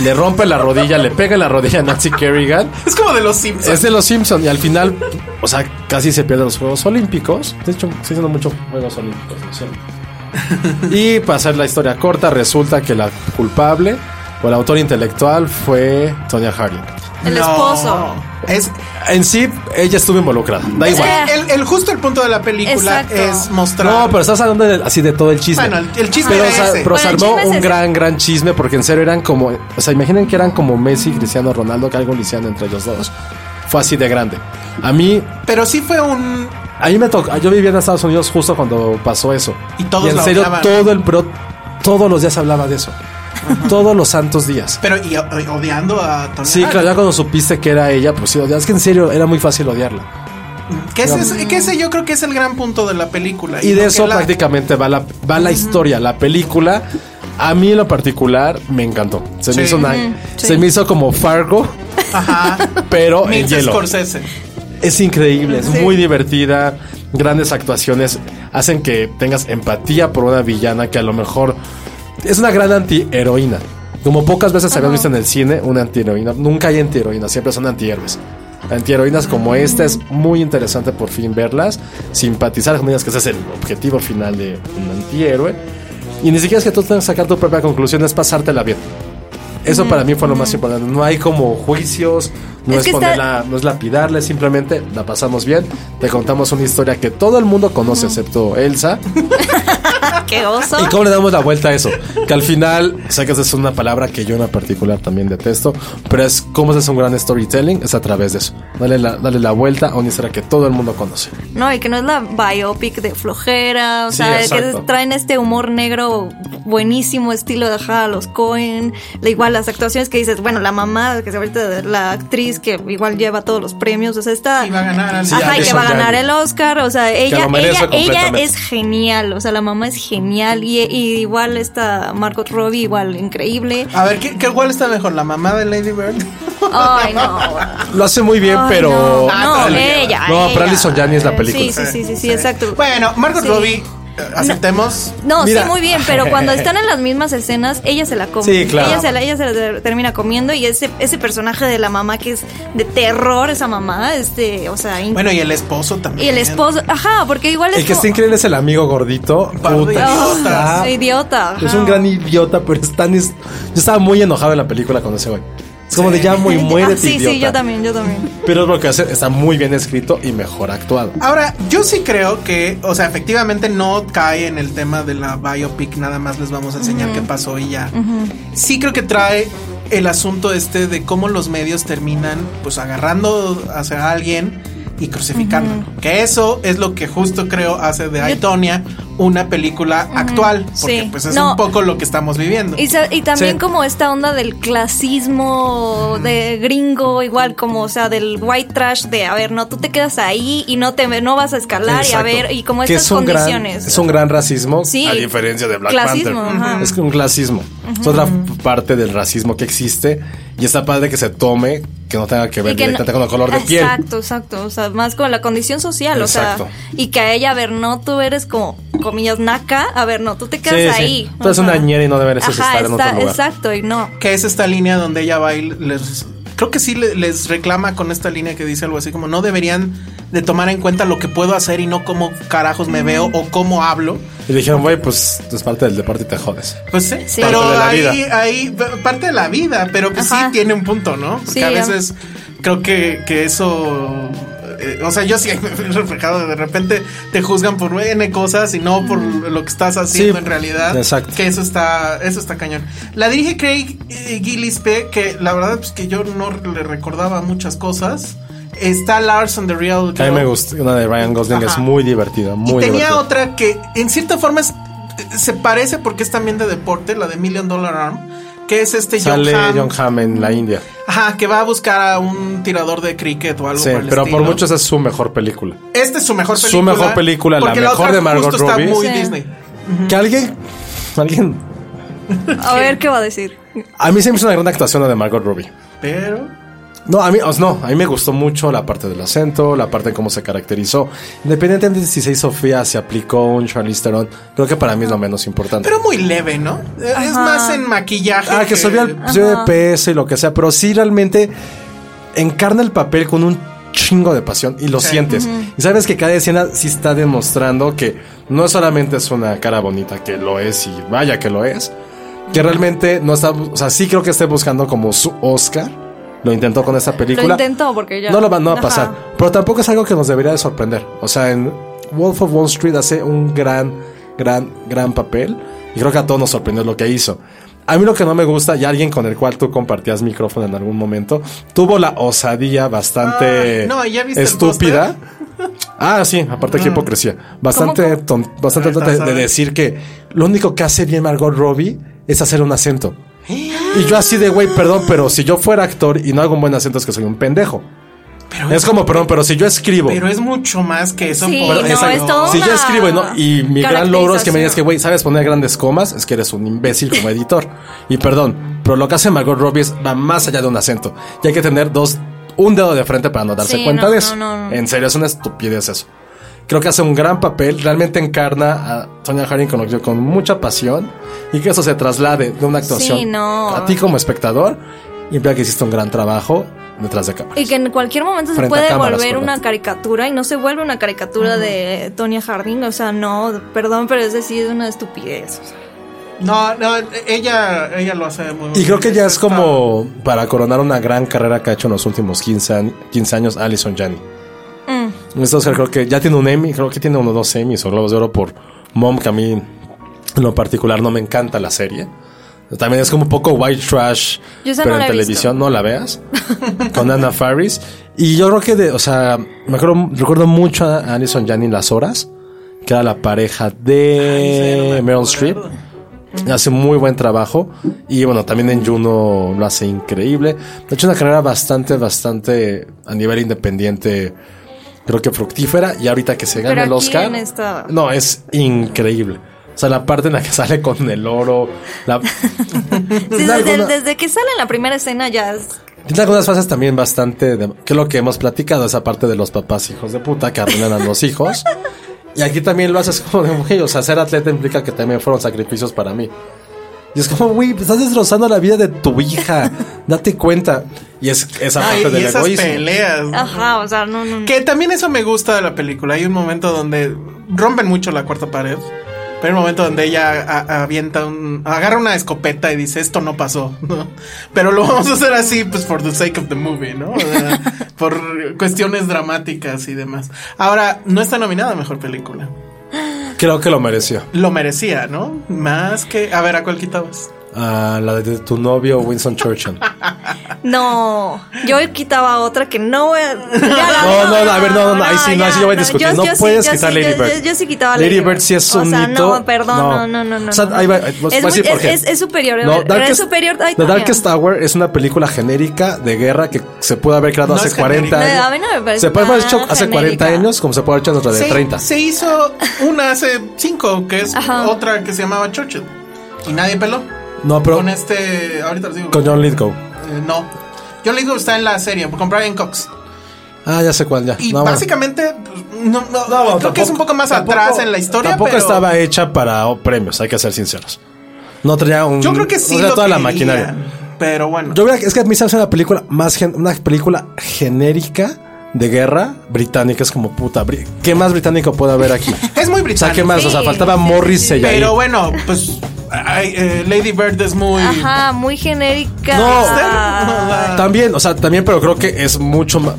S3: le rompe la rodilla, le pega en la rodilla a Nancy Kerrigan.
S4: es como de los Simpsons.
S3: Es de los Simpsons y al final, o sea, casi se pierden los Juegos Olímpicos. De hecho, se hicieron muchos Juegos Olímpicos. ¿no es cierto? Y para hacer la historia corta, resulta que la culpable o el autor intelectual fue Tonya Harding.
S5: El
S4: No.
S5: esposo.
S4: Es
S3: En sí, ella estuvo involucrada. Da igual.
S5: Eh.
S4: el, el justo el punto de la película
S5: Exacto.
S4: es mostrar.
S3: No, pero estás hablando de- así de todo el chisme.
S4: Bueno, el- el chisme
S3: Pero,
S4: era
S3: sa-
S4: ese.
S3: pero se
S5: Bueno, el
S3: armó
S5: chisme es
S3: un
S5: ese.
S3: gran, gran chisme porque en serio eran como. O sea, imaginen que eran como Messi y Cristiano Ronaldo, que algo le hicieron entre ellos dos. Fue así de grande. A mí,
S4: Pero sí fue un.
S3: a mí me tocó. Yo vivía en Estados Unidos justo cuando pasó eso.
S4: Y todos
S3: en
S4: la
S3: serio,
S4: odiaban.
S3: todo el. Pero todos los días se hablaba de eso. Todos los santos días.
S4: Pero y, y odiando a Tony
S3: Sí, claro, ya cuando supiste que era ella, pues sí, odias. Es que en serio era muy fácil odiarla.
S4: Que ese,
S5: Mm.
S4: que ese yo creo que es el gran punto de la película.
S3: Y
S4: no
S3: de
S4: que
S3: eso
S4: la-
S3: prácticamente va la, va la historia, la película. A mí en lo particular me encantó. Se, me,
S4: Sí.
S3: hizo una-
S5: sí.
S3: se me hizo como Fargo,
S4: Ajá.
S3: pero en
S4: Mix
S3: Oh, hielo.
S4: Scorsese.
S3: Es increíble, es muy divertida. Grandes actuaciones hacen que tengas empatía por una villana que a lo mejor es una gran antiheroína. Como pocas veces se habían visto en el cine una antiheroína. Nunca hay antiheroína, siempre son antihéroes. Antiheroínas como esta es muy interesante por fin verlas, simpatizar con ellas, que ese es el objetivo final de un antihéroe. Y ni siquiera es que tú tengas que sacar tu propia conclusión, es pasártela bien. Eso para mí fue lo más importante. No hay como juicios, no
S5: Es
S3: es,
S5: que está-
S3: ponerla, no es lapidarle, simplemente la pasamos bien. Te contamos una historia que todo el mundo conoce, excepto Elsa.
S5: Qué oso.
S3: ¿Y cómo le damos la vuelta a eso? Que al final, sé que esa es una palabra que yo en particular también detesto, pero es cómo haces un gran storytelling, es a través de eso. Dale la, dale la vuelta a una historia que todo el mundo conoce.
S5: No, y que no es la biopic de flojera, o
S3: Sí,
S5: sea, que
S3: exacto.
S5: traen este humor negro buenísimo, estilo de ajá, los Cohen, la- igual las actuaciones que dices, bueno, la mamá, que se ahorita la actriz que igual lleva todos los premios, o sea, está...
S4: Y va a ganar al-
S5: Ajá, y que
S3: Alison
S5: va a ganar
S3: Janney.
S5: el Oscar, o sea, ella,
S3: lo merece
S5: ella, ella
S3: completamente.
S5: es genial, o sea, la mamá es genial, y, y igual está Margot Robbie, igual increíble.
S4: A ver, ¿qué, qué, ¿cuál está mejor? ¿La mamá de Lady Bird?
S5: Ay, no.
S3: Lo hace muy bien,
S5: Ay,
S3: pero...
S5: No,
S4: Ah,
S5: no,
S4: pero-
S5: ella.
S3: No,
S5: ella.
S3: pero Alison Janney es la película.
S5: Sí, sí, sí, sí, sí, exacto.
S4: Bueno, Margot
S5: Sí.
S4: Robbie, eh, aceptemos.
S5: No,
S3: Mira.
S5: sí, muy bien, pero cuando están en las mismas escenas, ella se la come.
S3: Sí, claro.
S5: Ella se la, ella se la ter- termina comiendo y ese, ese personaje de la mamá que es de terror, esa mamá, este, o sea, in-
S4: Bueno, y el esposo también.
S5: y el esposo, ajá, porque igual es
S3: El que
S5: como-
S3: está increíble es el amigo gordito.
S4: Pardo
S3: Puta,
S4: idiota.
S5: Oh,
S3: está-
S5: soy idiota. ajá.
S3: Es un gran idiota, pero es tan. es- Yo estaba muy enojado en la película con ese güey. Es como de ya muy muérete,
S5: Ah, sí,
S3: idiota.
S5: sí, yo también, yo también.
S3: Pero es lo que hace, está muy bien escrito y mejor actuado.
S4: Ahora, yo sí creo que, o sea, efectivamente no cae en el tema de la biopic, nada más les vamos a enseñar qué pasó y ya. Sí creo que trae el asunto este de cómo los medios terminan pues agarrando hacia alguien y crucificándolo. Que eso es lo que justo creo hace de Aitonia una película actual, porque
S5: sí.
S4: pues es
S5: No.
S4: un poco lo que estamos viviendo.
S5: Y, sa- y también
S3: Sí.
S5: como esta onda del clasismo de gringo, igual como, o sea, del white trash de, a ver, no, tú te quedas ahí y no te no vas a escalar y a
S3: Exacto.
S5: ver, y como
S3: Que
S5: estas
S3: es un gran-
S5: condiciones.
S3: es un gran racismo.
S5: Sí.
S3: A diferencia de Black
S5: Clasismo,
S3: Panther.
S5: ajá.
S3: Es un clasismo. Es otra parte del racismo que existe. Y está padre que se tome, que no tenga que ver
S5: Y que no-
S3: directamente con el color de piel.
S5: Exacto, exacto. O sea, más con la condición social,
S3: Exacto.
S5: o sea. Y que a ella, a ver, no, tú eres como, comillas, naca. A ver, no, tú te
S3: Sí,
S5: quedas
S3: sí.
S5: ahí.
S3: Tú eres
S5: o sea.
S3: una ñera y no deberías estar en otro
S5: está-
S3: lugar.
S5: Exacto, y no.
S4: que es esta línea donde ella va y les creo que sí le- les reclama con esta línea que dice algo así como no deberían de tomar en cuenta lo que puedo hacer y no cómo carajos me veo o cómo hablo.
S3: Y le dijeron, güey, pues es parte del deporte y te jodes.
S4: Pues sí,
S5: Sí.
S4: pero
S3: Parte de la
S4: ahí,
S3: vida.
S4: ahí parte de la vida, pero pues
S5: Ajá.
S4: sí tiene un punto, ¿no? Porque
S5: Sí,
S4: a
S5: ya.
S4: veces creo que, que eso eh, o sea, yo sí me he reflejado de repente te juzgan por N cosas y no por lo que estás haciendo
S3: Sí,
S4: en realidad.
S3: exacto.
S4: Que eso está, eso está cañón. La dirige Craig eh, Gillespie, que la verdad pues que yo no le recordaba muchas cosas. está Lars and the Real
S3: A mí
S4: Girl.
S3: me gusta. Una de Ryan Gosling es
S4: Ajá.
S3: muy divertida.
S4: Y
S3: Muy
S4: tenía
S3: divertida.
S4: otra que en cierta forma es- se parece porque es también de deporte, la de Million Dollar Arm, que es este John
S3: Sale
S4: Hamm.
S3: John Hamm en la India.
S4: Ajá, que va a buscar a un tirador de cricket o algo
S3: Sí,
S4: por el
S3: pero por
S4: estilo.
S3: mucho esa es su mejor película.
S4: Este es su mejor
S3: Su
S4: película.
S3: mejor película, la
S4: porque
S3: mejor
S4: otra
S3: de Margot
S4: justo está
S3: Robbie.
S4: muy
S5: Sí.
S4: Disney.
S3: Que alguien. Alguien.
S5: A ver qué va a decir.
S3: A mí se me hizo una gran actuación la de Margot Robbie.
S4: Pero
S3: No, a mí, os- no, a mí me gustó mucho la parte del acento, la parte de cómo se caracterizó. Independientemente de si se hizo fea, se aplicó un Charlize Theron, creo que para mí es lo menos importante.
S4: pero muy leve, ¿no? Es más en maquillaje.
S3: ah, que subía el subía de peso y lo que sea, pero sí realmente encarna el papel con un chingo de pasión y lo
S4: Sí.
S3: sientes. Y sabes que cada escena sí está demostrando que no solamente es una cara bonita, que lo es y vaya que lo es, que realmente no está, o sea, sí creo que esté buscando como su Oscar. Lo intentó con esta película.
S5: intentó, porque ya-
S3: No lo va, no va a
S5: Ajá.
S3: pasar. Pero tampoco es algo que nos debería de sorprender. O sea, en Wolf of Wall Street hace un gran, gran, gran papel. Y creo que a todos nos sorprendió lo que hizo. A mí lo que no me gusta, y alguien con el cual tú compartías micrófono en algún momento, tuvo la osadía bastante
S4: Ah, no, ¿ya viste el
S3: estúpida. Ah, sí, aparte que hipocresía. Bastante, ton- bastante
S4: Ahí está,
S3: tonta de,
S4: ¿sabes?
S3: de decir que lo único que hace bien Margot Robbie es hacer un acento. Y yo así de, güey, perdón, pero si yo fuera actor y no hago un buen acento es que soy un pendejo.
S4: Pero
S3: Es como, perdón, pero si yo escribo.
S4: Pero es mucho más que eso.
S5: Sí,
S4: por-
S5: no, es
S3: Exacto.
S5: todo
S3: si yo
S5: una
S3: escribo y, no- y mi gran
S5: caracterización.
S3: logro es que me digas que, güey, sabes poner grandes comas, es que eres un imbécil como editor. Y perdón, pero lo que hace Margot Robbie es, va más allá de un acento. Y hay que tener dos, un dedo de frente para no darse
S5: Sí,
S3: cuenta
S5: no,
S3: de
S5: no,
S3: eso.
S5: no, no.
S3: En serio, es una estupidez eso. Creo que hace un gran papel, realmente encarna a Sonia Harding con, lo que- con mucha pasión y que eso se traslade de una actuación
S5: Sí, no.
S3: a ti como espectador implica que hiciste un gran trabajo detrás de cámaras.
S5: Y que en cualquier momento se
S3: Frente a
S5: puede
S3: cámaras,
S5: volver
S3: perdón.
S5: una caricatura y no se vuelve una caricatura de Tonya Harding. O sea, no, perdón, pero es decir, es una estupidez. o sea.
S4: No, no, ella, ella lo hace muy
S3: Y creo que ya es
S4: Está-
S3: como para coronar una gran carrera que ha hecho en los últimos 15, an- 15 años Alison Janney. Este Oscar creo que ya tiene un Emmy, creo que tiene uno o dos Emmys o Globos de Oro por Mom, que a mí en lo particular no me encanta la serie. También es como un poco white trash,
S5: Yo esa
S3: pero
S5: no la
S3: en
S5: he
S3: televisión no la veas. con Anna Faris. Y yo creo que, de, o sea, me acuerdo, recuerdo mucho a Alison Janney en Las Horas, que era la pareja
S4: Ay, sí, no
S3: de Meryl
S4: me acuerdo.
S3: Streep. Hace muy buen trabajo. Y bueno, también en Juno lo hace increíble. De hecho, una carrera bastante, bastante a nivel independiente. Creo que fructífera. Y ahorita que se gana
S5: Pero
S3: el
S5: aquí
S3: Oscar.
S5: en esta-
S3: No, es increíble. O sea, la parte en la que sale con el oro. La...
S5: Sí,
S3: Tiene
S5: desde,
S3: alguna-
S5: desde que sale en la primera escena ya es.
S3: tiene algunas fases también bastante. de- que es lo que hemos platicado, esa parte de los papás hijos de puta que arruinan a los hijos. Y aquí también lo haces como de güey. O sea, ser atleta implica que también fueron sacrificios para mí. Y es como, güey, estás destrozando la vida de tu hija. Date cuenta. Y es esa
S4: Ay,
S3: parte
S4: Ah, y
S3: del
S4: esas
S3: egoísmo.
S4: peleas.
S5: Ajá, o sea, no, no. no.
S4: Que también eso me gusta de la película. Hay un momento donde rompen mucho la cuarta pared. Pero hay un momento donde ella a- avienta un. agarra una escopeta y dice, esto no pasó, ¿no? Pero lo vamos a hacer así, pues for the sake of the movie, ¿no? O sea, por cuestiones dramáticas y demás. Ahora, no está nominada a mejor película.
S3: Creo que lo mereció.
S4: Lo merecía, ¿no? Más que. A ver, ¿a cuál quitabas?
S3: Ah, la de tu novio Winston Churchill.
S5: No, yo quitaba otra que no voy a- ya la-
S3: No, no, no, a ver, no, no, no, ahí sí, no, ahí sí
S5: ya,
S3: lo voy a discutir.
S5: yo-
S3: no
S5: yo sí,
S3: puedes
S5: yo
S3: quitar
S5: sí,
S3: Lady
S5: yo-
S3: Bird.
S5: Yo, yo sí quitaba
S3: Lady Bird. sí es un
S5: O sea,
S3: hito.
S5: no, perdón, no, no, no, no.
S3: O sea,
S5: no.
S3: ahí va, eh, vas-
S5: es,
S3: vas a
S5: muy-
S3: decir por
S5: es-
S3: qué.
S5: es- es superior, a
S3: No,
S5: ver, es superior. ay,
S3: The
S5: Tania.
S3: Darkest Tower es una película genérica de guerra que se pudo haber creado
S4: No
S3: hace
S4: es
S3: 40 años.
S4: genérica.
S5: No, a mí no me parece
S3: se puede haber
S5: nada
S3: hecho hace 40
S5: genérica.
S3: años como se puede haber hecho en otra de
S4: se,
S3: 30.
S4: se hizo una hace cinco, que es otra que se llamaba Churchill. Y nadie peló.
S3: No, pero
S4: Con este. Ahorita les digo.
S3: con John Lithgow.
S4: Eh, no. John Lithgow está en la serie, con Brian Cox.
S3: Ah, ya sé cuál ya.
S4: Y
S3: No, bueno.
S4: básicamente, pues, no, no, creo
S3: tampoco-
S4: que es un poco más
S3: tampoco-
S4: atrás en la historia.
S3: Tampoco
S4: pero
S3: estaba hecha para oh, premios, hay que ser sinceros. No traía un.
S4: Yo creo que sí.
S3: No traía
S4: lo
S3: toda la
S4: querían,
S3: maquinaria.
S4: Pero bueno.
S3: Yo hubiera- es que a mí se me hace una película más gen- una película genérica de guerra británica. Es como puta. bri- ¿Qué más británico puede haber aquí?
S4: es
S3: O
S4: muy
S3: sea,
S4: británico.
S3: ¿qué más? O sea,
S5: Sí,
S3: faltaba
S5: sí,
S3: Morrissey ahí.
S4: pero bueno, pues ay, eh, Lady Bird es muy.
S5: Ajá, muy genérica.
S3: No. También, o sea, también, pero creo que es mucho más.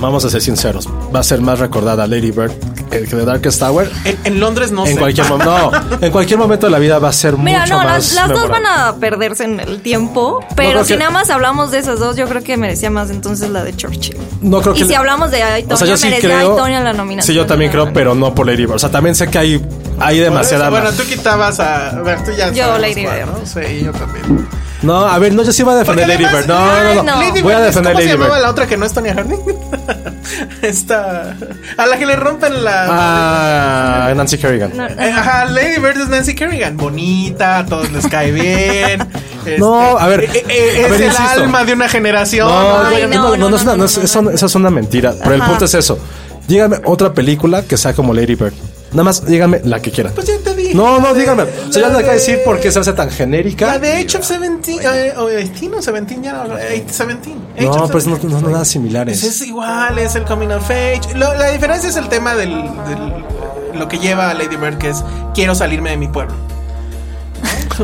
S3: Vamos a ser sinceros. Va a ser más recordada Lady Bird que, que The Darkest Tower,
S4: En, en Londres no
S3: en
S4: sé.
S3: cualquier momento, no, en cualquier momento de la vida va a ser
S5: Mira,
S3: mucho
S5: no,
S3: más
S5: las, las dos van
S3: memorable.
S5: a perderse en el tiempo, pero
S3: creo
S5: si
S3: que-
S5: nada más hablamos de esas dos, yo creo que merecía más entonces la de Churchill.
S3: No creo
S5: Y
S3: que
S5: si hablamos de Aitonia,
S3: o sea, yo sí
S5: merecía
S3: creo.
S5: Aitonia la nominación.
S3: Sí, yo también
S5: de
S3: creo,
S5: la-
S3: pero no por Lady Bird. O sea, también sé que hay, hay
S4: Por eso,
S3: demasiada.
S4: bueno, tú quitabas a. A ver, tú ya.
S5: Yo,
S4: sabemos
S5: Lady
S4: cuál,
S5: Bird.
S4: ¿no? Sí, yo también.
S3: No, a ver, no, yo sí voy a defender Lady
S4: Porque además-
S3: Bird. No,
S5: Ay,
S3: no, no.
S5: no.
S4: Lady
S3: Voy a
S4: Bird es-
S3: defender
S4: ¿Cómo
S3: Lady
S4: se
S3: Bird.
S4: llamaba la otra que no es Tonya Harding? Esta. A la que le rompen la.
S3: Ah, Nancy Kerrigan. No,
S4: Eh, Ajá, Lady Bird es Nancy Kerrigan. Bonita, a todos les cae bien. Este,
S3: No, a ver,
S4: eh,
S3: a
S4: eh, es
S3: ver,
S4: el
S3: insisto.
S4: alma de una generación.
S5: Ay,
S3: oigan,
S5: no,
S3: no, no,
S5: no,
S3: no, es
S5: no,
S3: una- no,
S5: no,
S3: es-
S5: no,
S3: eso
S5: no.
S3: eso es una mentira. Pero el
S5: Ajá.
S3: punto es eso. Díganme otra película que sea como Lady Bird. Nada más díganme la que quieran.
S4: Pues ya te dije.
S3: No, no, díganme.
S4: La
S3: O sea, ya no hay que
S4: de-
S3: decir por qué se hace tan genérica.
S4: La de Age of 17, eh, o 18 o 17, ya no, eh, 17. Age
S3: No,
S4: of
S3: pero no,
S4: 17.
S3: no, no, nada
S4: Pues
S3: similares.
S4: es igual, es el coming of age. Lo- la diferencia es el tema del, del- lo que lleva a Lady Bird, que es quiero salirme de mi pueblo.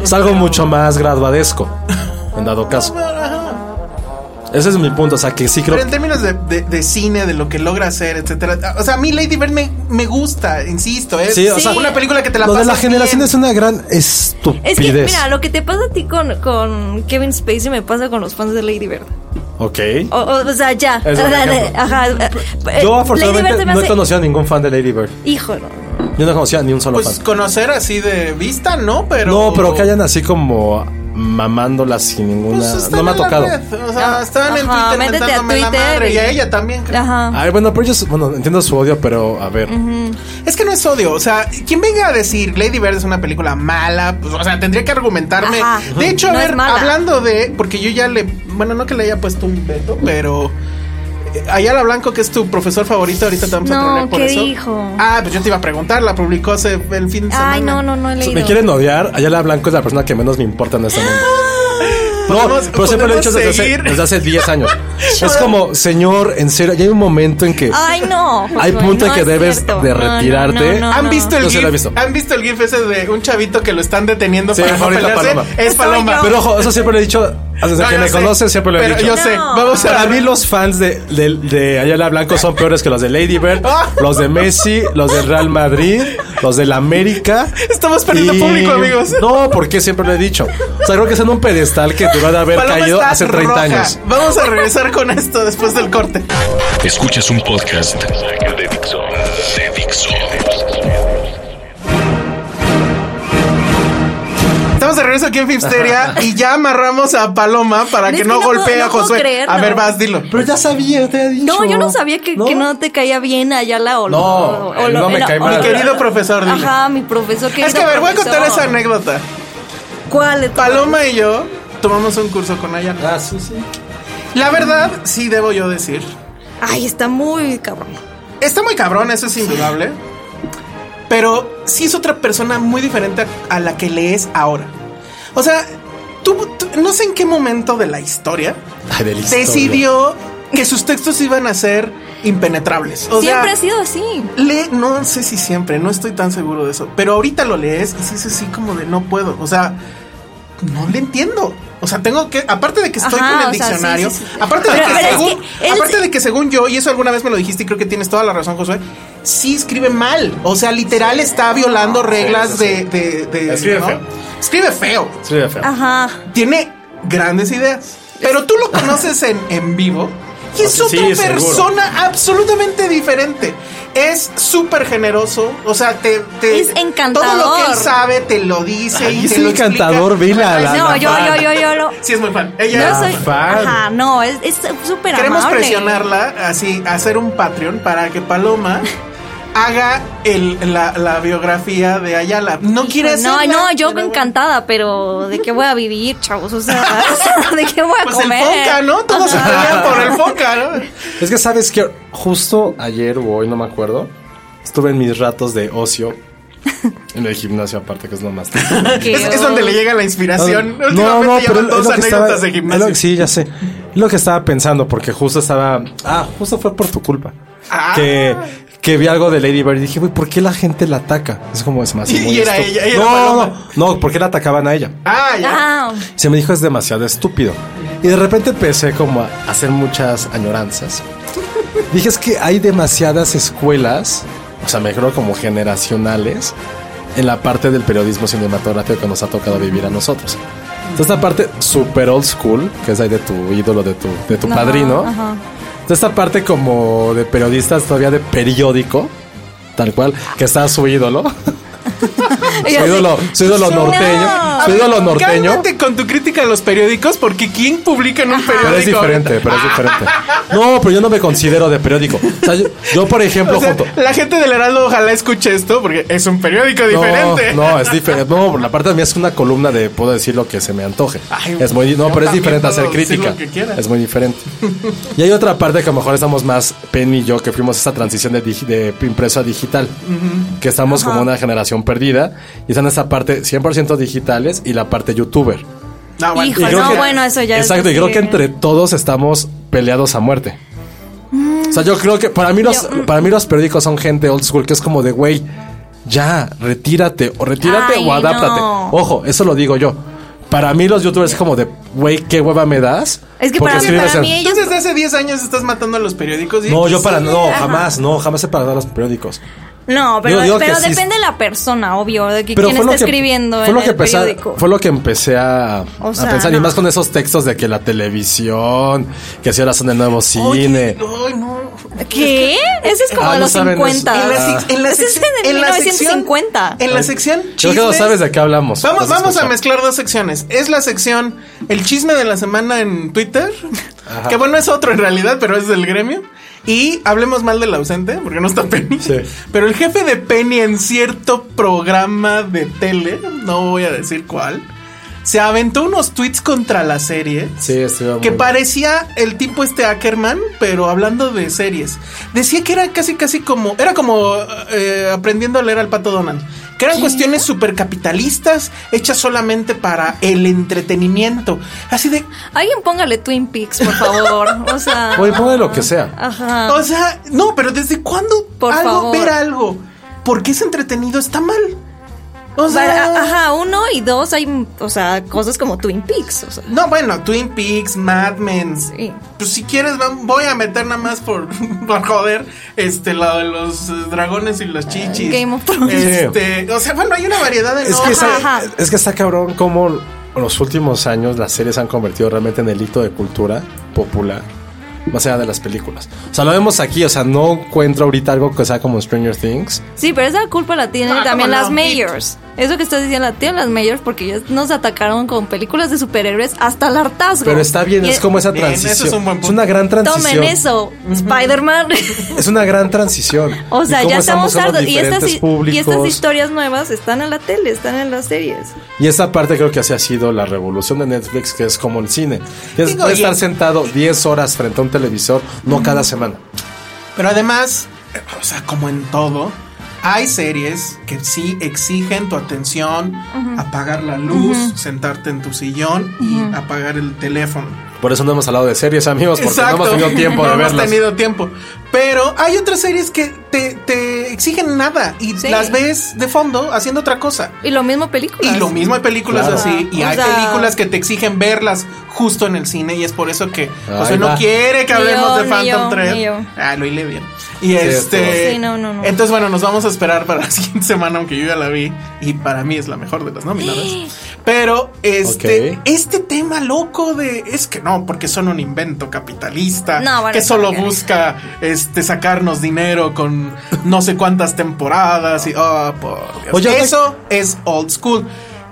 S3: Es algo mucho más graduadesco, en dado caso.
S4: Ajá.
S3: Ese es mi punto. O sea, que sí creo
S4: Pero en términos de, de- de cine, de lo que logra hacer, etcétera. O sea, a mí Lady Bird me, me gusta, insisto. Es
S3: Sí, o sea,
S4: una película que te la
S3: Lo de la
S4: pasas
S3: generación
S4: bien.
S3: es una gran
S5: Es
S3: estupidez.
S5: que, mira, lo que te pasa a ti con, con Kevin Spacey me pasa con los fans de Lady Bird.
S3: Ok.
S5: O, o- o sea, ya.
S3: Es buen ejemplo.
S5: Ajá. eh,
S3: Yo,
S5: Lady Bird
S3: afortunadamente,
S5: se me
S3: no he
S5: hace-
S3: conocido a ningún fan de Lady Bird.
S5: Hijo, no.
S3: Yo no conocía a ni un solo
S4: Pues
S3: fan.
S4: conocer así de vista, ¿no? Pero.
S3: No, pero que hayan así como mamándola sin ninguna.
S4: Pues, están
S3: no me ha
S4: en la
S3: tocado.
S4: red, O sea, estaban en
S5: Ah, Ajá,
S4: Twitter
S5: métete a
S4: mentándome la
S5: Twitter
S4: madre.
S5: y-
S4: Y a ella también. creo.
S5: Ajá.
S3: Ay, bueno, pero ellos, bueno, entiendo su odio, pero a ver.
S4: Es que no es odio, o sea, quien venga a decir Lady Bird es una película mala, pues, o sea, tendría que argumentarme.
S5: Ajá.
S4: De hecho, a
S5: No es
S4: ver,
S5: mala.
S4: hablando de, porque yo ya le, bueno, no que le haya puesto un veto, pero eh, Ayala Blanco, que es tu profesor favorito, ahorita te vamos a
S5: No,
S4: trolear por
S5: ¿qué
S4: eso.
S5: dijo?
S4: Ah, pues yo te iba a preguntar, la publicó hace el fin de semana.
S5: Ay, no, no, no he
S3: Si
S5: leído.
S3: me quieren odiar, Ayala Blanco es la persona que menos me importa en este mundo. No,
S4: Podemos-
S3: pero siempre lo he dicho
S4: podemos
S3: desde hace,
S4: seguir.
S3: desde hace 10 años. es como, señor, en serio, ya hay un momento en que.
S5: Ay, no.
S3: Hay
S5: Josué,
S3: punto en
S5: no
S3: que
S5: es
S3: debes
S5: cierto.
S3: de
S5: No, no,
S3: retirarte.
S5: no, no,
S4: ¿Han
S5: no.
S4: visto,
S3: Yo
S4: el
S3: sí lo
S4: GIF,
S3: he visto.
S4: ¿Han visto el GIF ese de un chavito que lo están deteniendo
S3: Sí,
S4: para no
S3: ahorita
S4: pelearse?
S3: Paloma.
S4: Es Paloma.
S3: Pero ojo, eso siempre lo he dicho. Desde
S4: No,
S3: que
S4: yo
S3: me
S4: sé.
S3: conoce, siempre lo he
S4: Pero
S3: dicho.
S4: yo sé,
S5: No.
S4: vamos a
S3: Para mí los fans de, de, de Ayala Blanco son peores que los de Lady Bird, los de Messi, los del Real Madrid, los del América.
S4: Estamos perdiendo público, amigos.
S3: No, porque siempre lo he dicho. O sea, creo que es en un pedestal que debió de haber
S4: Paloma
S3: caído
S4: está
S3: hace 30
S4: roja.
S3: años.
S4: Vamos a regresar con esto después del corte.
S2: Escuchas un podcast de Dixo. De Dixo.
S4: Estamos de regreso aquí en Filmsteria y ya amarramos a Paloma para
S5: Es
S4: que
S5: que
S4: no
S5: no puedo-
S4: golpee
S5: no
S4: a
S5: puedo
S4: Josué.
S5: creerlo.
S4: a ver, vas, dilo.
S3: Pero ya sabía, te había dicho.
S5: No, yo no sabía que que no te caía bien Ayala o
S3: No,
S5: o- o
S3: él
S5: lo-
S3: no me
S5: era-
S3: cae
S5: o-
S3: mal.
S4: Mi querido profesor, dilo.
S5: Ajá, mi profesor.
S4: es que, a ver, voy a contar esa anécdota.
S5: ¿Cuál?
S4: Paloma y yo tomamos un curso con Ayala.
S3: Ah, sí, sí.
S4: La verdad, sí debo yo decir.
S5: Ay, está muy cabrón.
S4: Está muy cabrón, eso es indudable. Pero sí es otra persona muy diferente a, a la que lees ahora. O sea, tú, tú- no sé en qué momento de la historia
S3: Ay, de la historia.
S4: decidió que sus textos iban a ser impenetrables. O sea,
S5: Siempre ha sido así.
S4: Lee, no sé si siempre, no estoy tan seguro de eso, pero ahorita lo lees y sí es así como de no puedo, o sea, no le entiendo. O sea, tengo que, aparte de que estoy con
S5: Ajá,
S4: el
S5: o sea, sí,
S4: diccionario,
S5: sí, sí.
S4: aparte de
S5: Pero-
S4: que
S5: pero es
S4: según,
S5: que él-
S4: aparte de que según yo, y eso alguna vez me lo dijiste y creo que tienes toda la razón, Josué, sí escribe mal. O sea, literal está violando
S3: Ah,
S4: reglas de, de, de-
S3: Escribe
S4: ¿no?
S3: feo.
S4: Escribe feo.
S3: Sí, de feo.
S5: Ajá.
S4: Tiene grandes ideas. Pero tú lo conoces en, en vivo y es
S3: Sí,
S4: otra
S3: seguro.
S4: persona absolutamente diferente. Es súper generoso. O sea, te, te-
S5: Es encantador.
S4: Todo lo que él sabe te lo dice.
S3: Ay,
S4: y
S3: es
S4: te lo
S3: encantador,
S4: explica.
S3: vela, la-
S5: Pues No,
S3: la
S5: yo,
S3: fan.
S5: yo, yo, yo lo.
S4: Sí, es muy fan.
S5: yo
S4: Ella es-
S5: soy.
S3: fan.
S5: Ajá, no, es es súper
S4: Queremos
S5: amable.
S4: presionarla, así, hacer un Patreon para que Paloma haga el- la, la biografía de Ayala. No quiere
S5: Pues No,
S4: hacerla,
S5: no, yo
S4: pero bueno.
S5: encantada, pero ¿de qué voy a vivir, chavos? O sea, ¿de qué voy a
S4: Pues el
S5: comer?
S4: Fonca, ¿no? Todos se pelean por el Fonca, ¿no?
S3: Es que sabes que justo ayer o hoy, no me acuerdo, estuve en mis ratos de ocio. En el gimnasio aparte, que es lo más...
S5: Que-
S4: Es, es donde le llega la inspiración. Últimamente llevan
S3: es
S4: dos
S3: lo que
S4: anécdotas
S3: estaba-
S4: de
S3: es
S4: gimnasio.
S3: lo- sí, ya sé. Es lo que estaba pensando, porque justo estaba... Ah, justo fue por tu culpa.
S4: Ah.
S3: Que, que vi algo de Lady Bird y dije, güey, ¿por qué la gente la ataca? Es como, es más...
S4: Y-
S3: muy
S4: y era
S3: estúpido.
S4: ella, ella era
S3: no,
S4: Paloma.
S3: no, no, ¿por qué la atacaban a ella?
S4: Ah, ya.
S5: Ah,
S3: Se me dijo es demasiado estúpido. Y de repente empecé como a hacer muchas añoranzas. Dije es que hay demasiadas escuelas o sea, me creo como generacionales en la parte del periodismo cinematográfico que nos ha tocado vivir a nosotros. Entonces, esta parte super old school, que es ahí de tu ídolo, de tu, de tu
S5: Ajá,
S3: padrino.
S5: ajá.
S3: Entonces, esta parte como de periodistas, todavía de periódico, tal cual, que está su ídolo.
S5: Y
S3: su
S5: así,
S3: ídolo, su ídolo
S5: no.
S3: norteño.
S5: A
S3: Su ídolo norteño.
S4: Cálmate con tu crítica a los periódicos, porque ¿quién publica en un Ah, periódico?
S3: Pero es diferente, pero es diferente. No, pero yo no me considero de periódico. O sea, yo, yo, por ejemplo,
S4: O sea,
S3: junto.
S4: la gente del Heraldo ojalá escuche esto, porque es un periódico
S3: No,
S4: diferente.
S3: No, es diferente. No, por la parte de mí es una columna de puedo decir lo que se me antoje.
S4: Ay,
S3: es muy, no,
S4: yo
S3: pero es
S4: también
S3: diferente
S4: puedo
S3: hacer
S4: decir
S3: crítica.
S4: lo que quiera.
S3: Es muy diferente. y hay otra parte que a lo mejor estamos más, Penny y yo, que fuimos esa transición de, digi- de impreso a digital. Que estamos como una generación perdida. Y están esta parte 100% digitales y la parte youtuber.
S4: No, bueno,
S5: Híjole,
S4: creo
S5: Pues no,
S4: que-
S5: bueno, eso ya es
S3: Exacto, y creo
S5: así.
S3: que entre todos estamos peleados a muerte.
S5: Mm.
S3: O sea, yo creo que para mí los, para mí los periódicos son gente old school que es como de, güey, ya, retírate, o retírate
S5: Ay,
S3: o adáptate.
S5: no.
S3: Ojo, eso lo digo yo. Para mí los youtubers es como de, güey, qué hueva me das.
S5: Es que
S3: Porque
S5: para, mí-
S3: escribes
S5: para
S3: en-
S5: mí ellos...
S4: Entonces, hace 10 años estás matando a los periódicos. y-
S3: No, yo para, no, jamás, no, jamás he parado a los periódicos.
S5: No, pero,
S3: Digo, digo
S5: pero
S3: que sí.
S5: depende de la persona, obvio, de que quién
S3: fue
S5: está
S3: lo que-
S5: escribiendo
S3: fue
S5: en
S3: lo que
S5: el
S3: empecé,
S5: periódico.
S3: Fue lo que empecé a,
S5: O
S3: a
S5: sea,
S3: pensar, y
S5: no.
S3: más con esos textos de que la televisión, que si ahora son el nuevo
S4: Oye,
S3: cine.
S4: ay, no.
S5: ¿É? Ese es como
S3: Ah,
S5: de
S3: no
S5: los
S3: saben eso.
S5: 50.
S3: En la
S4: sec- en la
S5: Ese es
S4: sección-
S5: de
S4: en la sección-
S5: 1950.
S4: En la sección
S3: Creo que no
S4: chismes-
S3: sabes de qué hablamos.
S4: Vamos,
S3: Vas a
S4: vamos a
S3: escuchar.
S4: mezclar dos secciones. Es la sección El chisme de la semana en Twitter, que bueno, es otro en realidad, pero es del gremio. Y hablemos mal del ausente, porque no está Penny.
S3: Sí.
S4: Pero el jefe de Penny en cierto programa de tele, no voy a decir cuál, se aventó unos tweets contra la serie.
S3: Sí, estuvo
S4: Que
S3: muy-
S4: parecía el tipo este Ackerman, pero hablando de series. Decía que era casi, casi como. Era como eh, aprendiendo a leer al pato Donald. Que eran cuestiones supercapitalistas hechas solamente para el entretenimiento. Así de.
S5: Alguien póngale Twin Peaks, por favor. O sea.
S3: Oye, ponle lo que sea.
S5: Ajá.
S4: O sea, no, pero ¿desde cuándo
S5: Por
S4: algo,
S5: favor.
S4: ver algo? Porque es entretenido, está mal. O sea.
S5: Para- ajá, uno y dos hay, o sea, cosas como Twin Peaks. O sea.
S4: No, bueno, Twin Peaks, Mad Men.
S5: Sí.
S4: Pues si quieres, va- voy a meter nada más por, por joder este, lo de los eh, dragones y los chichis.
S5: Game of Thrones.
S4: Este, o sea, bueno, hay una variedad de
S3: Es que,
S5: Ajá,
S3: está,
S5: ajá.
S3: es que está cabrón cómo en los últimos años las series se han convertido realmente en el hito de cultura popular. Más allá de las películas. O sea, lo vemos aquí. O sea, no encuentro ahorita algo que sea como Stranger Things.
S5: Sí, pero esa culpa la tienen
S4: Ah,
S5: también
S4: cómo no,
S5: las mayors. Eso que estás diciendo la tienen las mayors porque ellas nos atacaron con películas de superhéroes hasta el hartazgo.
S3: Pero está bien,
S5: Y-
S3: es como esa
S4: Bien, eso es
S3: transición. es,
S4: un buen punto.
S3: una gran transición.
S5: Tomen eso, Spider-Man.
S3: Es una gran transición.
S5: o
S3: Y
S5: sea,
S3: cómo
S5: ya estamos
S3: usando
S5: hartos. Y estas,
S3: diferentes
S5: hi- y estas
S3: públicos.
S5: historias nuevas están en la tele, están en las series.
S3: Y esta parte creo que así ha sido la revolución de Netflix, que es como el cine. Que es
S4: Digo,
S3: puedes
S4: y-
S3: estar sentado 10 horas frente a un televisor, no cada semana.
S4: Pero además, eh, o sea, como en todo, hay series que sí exigen tu atención, apagar la luz, sentarte en tu sillón y apagar el teléfono.
S3: Por eso no hemos hablado de series, amigos, porque no hemos tenido tiempo
S4: No
S3: de
S4: hemos
S3: verlas.
S4: tenido tiempo. Pero hay otras series que te, te exigen nada y
S5: Sí.
S4: las ves de fondo haciendo otra cosa.
S5: Y lo mismo películas.
S4: Y lo mismo hay películas
S3: Claro.
S4: así, y
S5: O
S4: hay
S5: sea-
S4: películas que te exigen verlas justo en el cine, y es por eso que José
S3: Ahí
S4: no
S3: va.
S4: quiere que
S5: Ni
S4: hablemos
S5: yo,
S4: de
S5: ni
S4: Phantom
S5: yo,
S4: 3.
S5: ni yo.
S4: Ah, lo hilé bien. Y este.
S3: pues.
S5: Sí, no, no, no.
S4: Entonces, bueno, nos vamos a esperar para la siguiente semana, aunque yo ya la vi, y para mí es la mejor de las nominadas. Pero este,
S3: Ok.
S4: este tema loco de. Es que no, porque son un invento capitalista
S5: No, bueno,
S4: que
S5: eso
S4: solo
S5: no quiero.
S4: busca este, sacarnos dinero con no sé cuántas temporadas y. ah, por Dios.
S3: Oye,
S4: Eso es old school.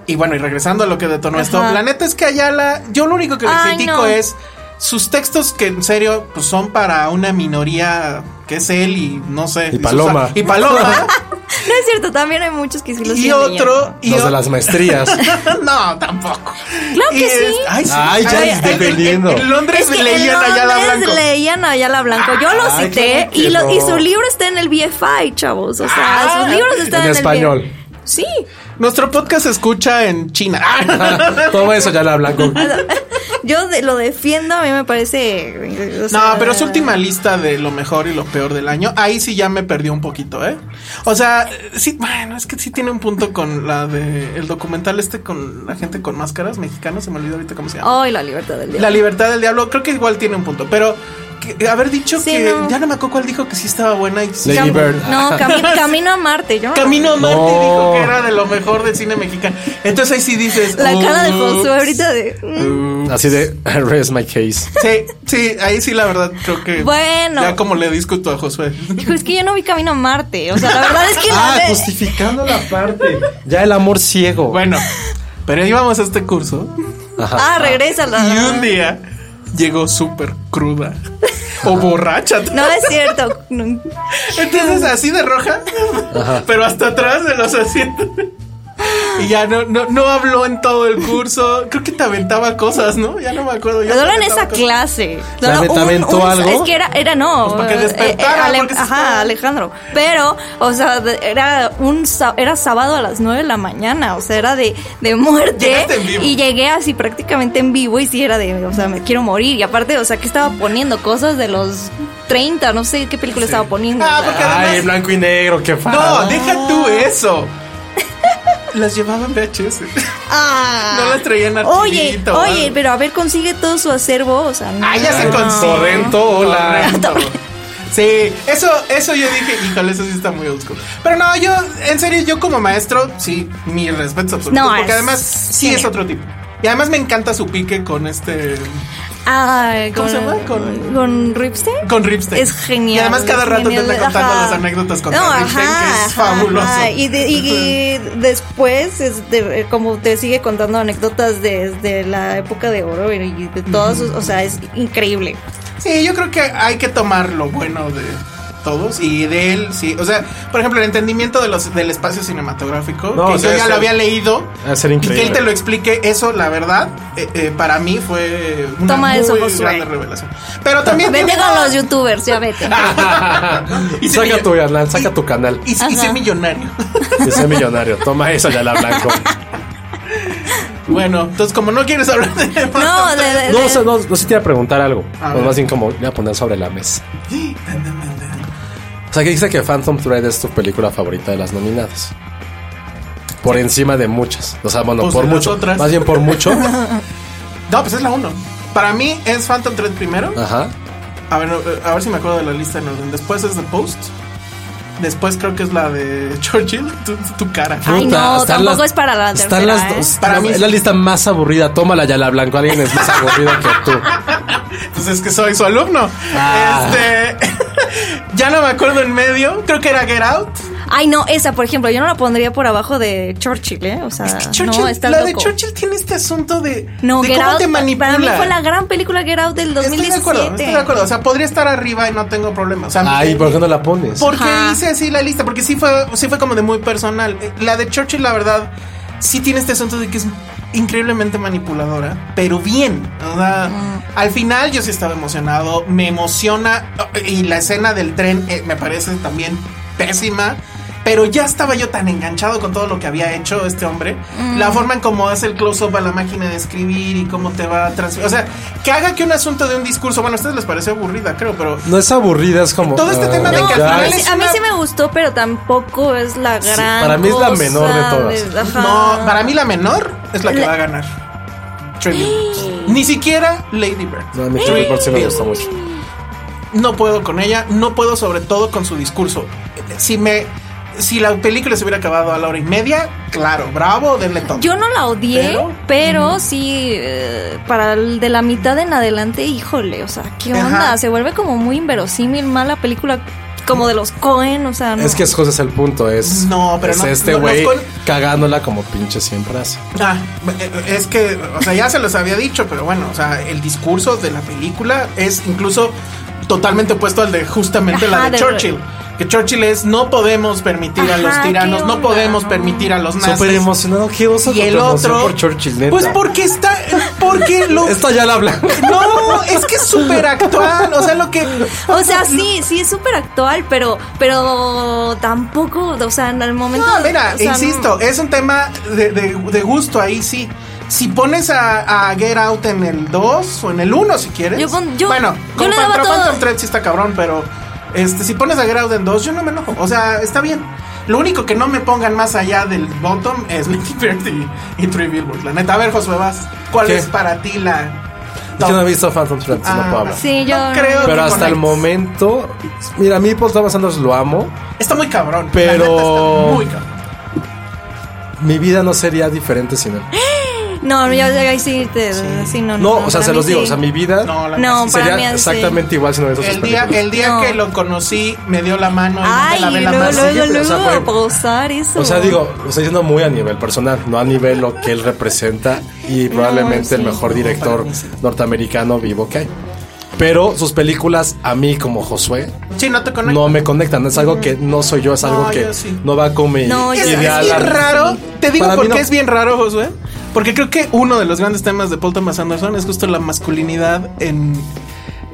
S4: Y bueno, y regresando a lo que detonó esto,
S5: Ajá.
S4: la neta es que Ayala, yo lo único que le
S5: Ay,
S4: critico
S5: no.
S4: es sus textos que en serio pues, son para una minoría que es él y no sé.
S3: Y
S4: sus-
S3: Paloma.
S4: y Paloma.
S5: No es cierto, también hay muchos que sí los
S4: y
S5: siguen
S4: otro.
S5: leyendo.
S4: Y
S3: Los de
S4: o-
S3: las maestrías.
S4: no, tampoco.
S5: Claro
S4: Y
S5: que
S4: es-
S5: sí.
S4: Ay, sí.
S3: Ay, ya
S4: en- en-
S3: defendiendo.
S4: En, Londres
S5: Es que
S4: leían
S5: en
S4: Ayala
S5: Londres
S4: Blanco.
S5: leían a Ayala Blanco. Yo lo
S3: Ay,
S5: cité
S3: claro que
S5: y, lo- y
S3: no.
S5: su libro está en el BFI, chavos. O sea,
S4: Ah,
S5: sus libros están
S3: en
S5: en, el
S3: español.
S5: BFI. Sí.
S4: Nuestro podcast se escucha en China. Ah.
S3: Todo eso ya la blanco.
S5: Yo de- lo defiendo, a mí me parece. o sea,
S4: No, pero su última lista de lo mejor y lo peor del año, ahí sí ya me perdió un poquito, ¿eh? O sea, sí, bueno, es que sí tiene un punto con la de el documental este con la gente con máscaras mexicana, se me olvidó ahorita cómo se llama.
S5: Ay, la libertad del día.
S4: La libertad del diablo, creo que igual tiene un punto, pero que eh, haber dicho
S5: Sí,
S4: que
S5: no.
S4: ya no me acuerdo cuál dijo que sí estaba buena y sí.
S3: Lady
S4: Cam-
S3: Bird.
S5: No, cami- Camino a Marte. Yo
S4: Camino a Marte
S3: No.
S4: dijo que era de lo mejor del cine mexicano. Entonces ahí sí dices.
S5: La cara de
S4: "Ups".
S5: Josué ahorita de. mm.
S3: Así de, rest my case.
S4: Sí, sí, ahí sí la verdad creo que.
S5: Bueno.
S4: Ya como le discuto a Josué.
S5: mm, Hijo, es que yo no vi Camino a Marte. O sea, la verdad es que la
S3: Ah,
S5: de-
S3: justificando la parte. Ya el amor ciego.
S4: Bueno, pero íbamos a este curso
S5: Ah, regresa la.
S4: y un día llegó súper cruda o borracha.
S5: No es cierto. No.
S4: Entonces así de roja, pero hasta atrás de los asientos. Y ya no, no, no habló en todo el curso. Creo que te aventaba cosas, ¿no? Ya no me acuerdo. Yo
S5: Pero
S4: te
S5: en
S4: aventaba
S5: esa
S4: cosas.
S5: clase.
S3: ¿Te
S5: Dolo
S3: aventó algo?
S5: Es que era, era no. eh,
S4: Pues para que despertara, porque se estaba-
S5: ajá, Alejandro. Pero, o sea, de- era un sa- era sábado a las 9 de la mañana. O sea, era de, de muerte.
S4: Llegaste en vivo.
S5: Y llegué así prácticamente en vivo. Y sí, era de, o sea, me quiero morir. Y aparte, o sea, que estaba poniendo cosas de los 30, no sé qué película estaba poniendo.
S4: Ah,
S5: o sea.
S4: porque
S3: Ay,
S4: además.
S3: en blanco y negro, qué fácil.
S4: No, deja tú eso. Las llevaban VHS.
S5: Ah.
S4: No las traían archivito.
S5: Oye,
S4: o
S5: oye,
S4: algo.
S5: pero a ver, consigue todo su acervo. O sea, no.
S4: Ah, ya se consigue.
S3: Torrento, hola.
S4: Torrento. Sí, eso, eso yo dije, híjole, eso sí está muy old school. Pero no, yo, en serio, yo como maestro, sí, mi respeto absoluto.
S5: No,
S4: porque
S5: es
S4: además, sí
S5: genial.
S4: es otro tipo. Y además me encanta su pique con este.
S5: Ay,
S4: ¿Cómo
S5: con,
S4: se llama? Con-
S5: con Ripstein.
S4: Con Ripstein.
S5: Es genial.
S4: Y además cada
S5: es
S4: rato te
S5: genial.
S4: anda contando
S5: Ajá.
S4: las anécdotas con
S5: No,
S4: Ripstein, que
S5: ajá,
S4: es fabuloso.
S5: ajá. Y, de- y- y después, es de- eh, como te sigue contando anécdotas desde la época de oro y de todos sus- O sea, es increíble.
S4: Sí, yo creo que hay que tomar lo bueno de todos y de él, sí. O sea, por ejemplo, el entendimiento de los, del espacio cinematográfico,
S3: No,
S4: que
S3: o sea,
S4: yo ya
S3: es
S4: lo
S3: el-
S4: había leído.
S3: Va a ser
S4: Y que él
S3: increíble.
S4: te lo explique, eso la verdad, eh, eh, para mí fue una
S5: Toma
S4: muy
S5: eso, Josué.
S4: grande revelación. Pero también... "Ah,
S5: Vete
S4: tiene- Ah,
S5: con los youtubers, ya vete.
S4: Y se
S3: saca
S4: millo-
S3: tu canal, saca tu canal.
S4: Y, y sé millonario.
S3: Y sé millonario. Toma eso, ya la blanco.
S4: bueno, entonces como no quieres hablar de...
S5: No, de, de-
S3: No,
S5: de-
S3: o sea, no, no sé si te iba a preguntar algo.
S4: A
S3: O
S4: ver.
S3: más bien como voy a poner sobre la mesa. O sea, que dice que Phantom Thread es tu película favorita de las nominadas. Por encima de muchas. O sea, bueno,
S4: Pues
S3: por
S4: de las
S3: mucho.
S4: otras.
S3: Más bien por mucho.
S4: No, pues es la uno. Para mí es Phantom Thread primero.
S3: Ajá.
S4: A ver, eh, a ver si me acuerdo de la lista en orden. Después es The Post. Después creo que es la de Churchill. Tu, tu cara.
S5: Ay, no,
S3: están
S5: tampoco es para la
S3: Están
S5: tercera,
S3: las
S5: ¿eh?
S3: dos.
S4: Para
S3: no,
S4: mí
S3: es
S4: sí.
S3: la lista más aburrida. Tómala ya la blanco. Alguien es más aburrido que tú.
S4: Pues es que soy su alumno.
S3: Ah.
S4: Este. ya no me acuerdo en medio. Creo que era Get Out.
S5: Ay, no, esa, por ejemplo, yo no la pondría por abajo de Churchill, ¿eh? O sea,
S4: Churchill,
S5: no, está
S4: la
S5: loco.
S4: de Churchill tiene este asunto de,
S5: No,
S4: de
S5: Get
S4: cómo
S5: Out,
S4: te manipula.
S5: Para mí fue la gran película Get Out del 2017.
S4: Estoy de acuerdo, estoy de acuerdo. O sea, podría estar arriba y no tengo problema. O sea, eh,
S3: Ay, ¿por qué no la pones?
S4: Porque
S5: Ajá.
S4: hice así la lista, porque sí fue, sí fue como de muy personal. Eh, La de Churchill, la verdad, sí tiene este asunto de que es increíblemente manipuladora, pero bien. O sea, al final yo sí estaba emocionado, me emociona eh, y la escena del tren eh, me parece también pésima. Pero ya estaba yo tan enganchado con todo lo que había hecho este hombre. La forma en cómo hace el close-up a la máquina de escribir y cómo te va a transferir. O sea, que haga que un asunto de un discurso. Bueno, a ustedes les parece aburrida, creo, pero
S3: No es aburrida, es como.
S4: Todo este
S3: ah,
S4: tema de que al
S3: ya
S5: A mí,
S4: final
S3: es-
S5: sí- a mí sí me gustó, pero tampoco es la gran.
S3: para mí es la
S5: cosa
S3: menor de todas.
S5: ajá.
S4: No, para mí la menor es la que va a ganar. Trillion. Ni siquiera Lady Bird.
S3: No, a mí Three Billboards sí me gustó mucho.
S4: No puedo con ella, no puedo sobre todo con su discurso. Si me si la película se hubiera acabado a la hora y media, claro, bravo, denle todo.
S5: Yo no la odié,
S4: Pero-
S5: pero, sí, eh, para el de la mitad en adelante, híjole, o sea, ¿qué
S4: Ajá.
S5: onda? Se vuelve como muy inverosímil, mala película como de los Cohen, o sea, no.
S3: Es que es, José es el punto, es.
S4: No, pero
S3: es
S4: no-
S3: este
S4: no- no
S3: güey
S4: con-
S3: cagándola como pinche siempre hace.
S4: Ah, eh, es que, o sea, ya se los había dicho, pero bueno, o sea, el discurso de la película es incluso totalmente opuesto al de justamente la
S5: Ajá,
S4: de
S5: de-
S4: Churchill. Que Churchill es no podemos permitir a los
S5: Ajá, ¿qué
S4: tiranos, no
S5: onda?
S4: podemos
S5: No.
S4: permitir a los nazis.
S3: Súper emocionado, qué oso
S4: y
S3: con
S4: el
S3: tu emoción
S4: otro
S3: por Churchill, neta.
S4: pues porque está porque lo
S3: Esta ya la blanca.
S4: no es que es súper actual o sea lo que
S5: O sea, sí, sí es súper actual, pero, pero tampoco, o sea, en el momento.
S4: no, mira
S5: o sea,
S4: insisto es un tema de, de- de gusto ahí sí si pones a, a Get Out en el 2 o en el 1 si quieres
S5: Yo pon- yo-
S4: bueno
S5: yo
S4: con
S5: le daba
S4: Phantom-
S5: todo.
S4: Phantom Thread sí está cabrón pero este si pones a Get Out en 2 yo no me enojo o sea está bien lo único que no me pongan más allá del bottom es Lady Bird y, y Three Billboards la neta a ver Josué vas cuál
S3: ¿Qué?
S4: es para ti la
S3: Es que no he visto Phantom Threads, no puedo hablar.
S5: Sí, yo.
S4: No creo.
S3: Pero
S4: que
S3: hasta el
S4: conectes.
S3: momento, mira, a mí Paul Thomas Anderson lo amo.
S4: Está muy cabrón. la
S3: Pero-
S4: neta está muy cabrón.
S3: Mi vida no sería diferente sin él.
S5: No, yo yo ahí sí te. sí, no,
S3: No, o sea,
S5: para
S3: se
S5: mí
S3: los digo,
S5: sí.
S3: o sea, mi vida
S4: No, la
S5: No, para mí
S3: sería
S5: así.
S3: exactamente igual si no hubiera visto
S4: El
S3: sus
S4: día,
S3: películas.
S4: el día
S5: No.
S4: que lo conocí, me dio la mano y
S5: Ay,
S4: no me lavé la
S5: luego,
S4: mano.
S5: luego,
S3: o sea, fue-
S5: luego, pausar eso.
S3: O sea, digo, lo estoy diciendo muy a nivel personal, no a nivel lo que él representa y probablemente el
S5: sí.
S3: mejor director norteamericano vivo que hay. Pero sus películas, a mí como Josué,
S4: Sí, no te conecto.
S3: no me conectan. Es algo que no soy yo, es algo
S4: No,
S3: que
S4: yo sí.
S3: no va con mi
S5: No, yo
S4: Es,
S5: sí.
S4: es
S3: ideal.
S4: bien raro. Te digo
S3: Para mí
S4: por qué
S3: no.
S4: es bien raro, Josué. Porque creo que uno de los grandes temas de Paul Thomas Anderson es justo la masculinidad en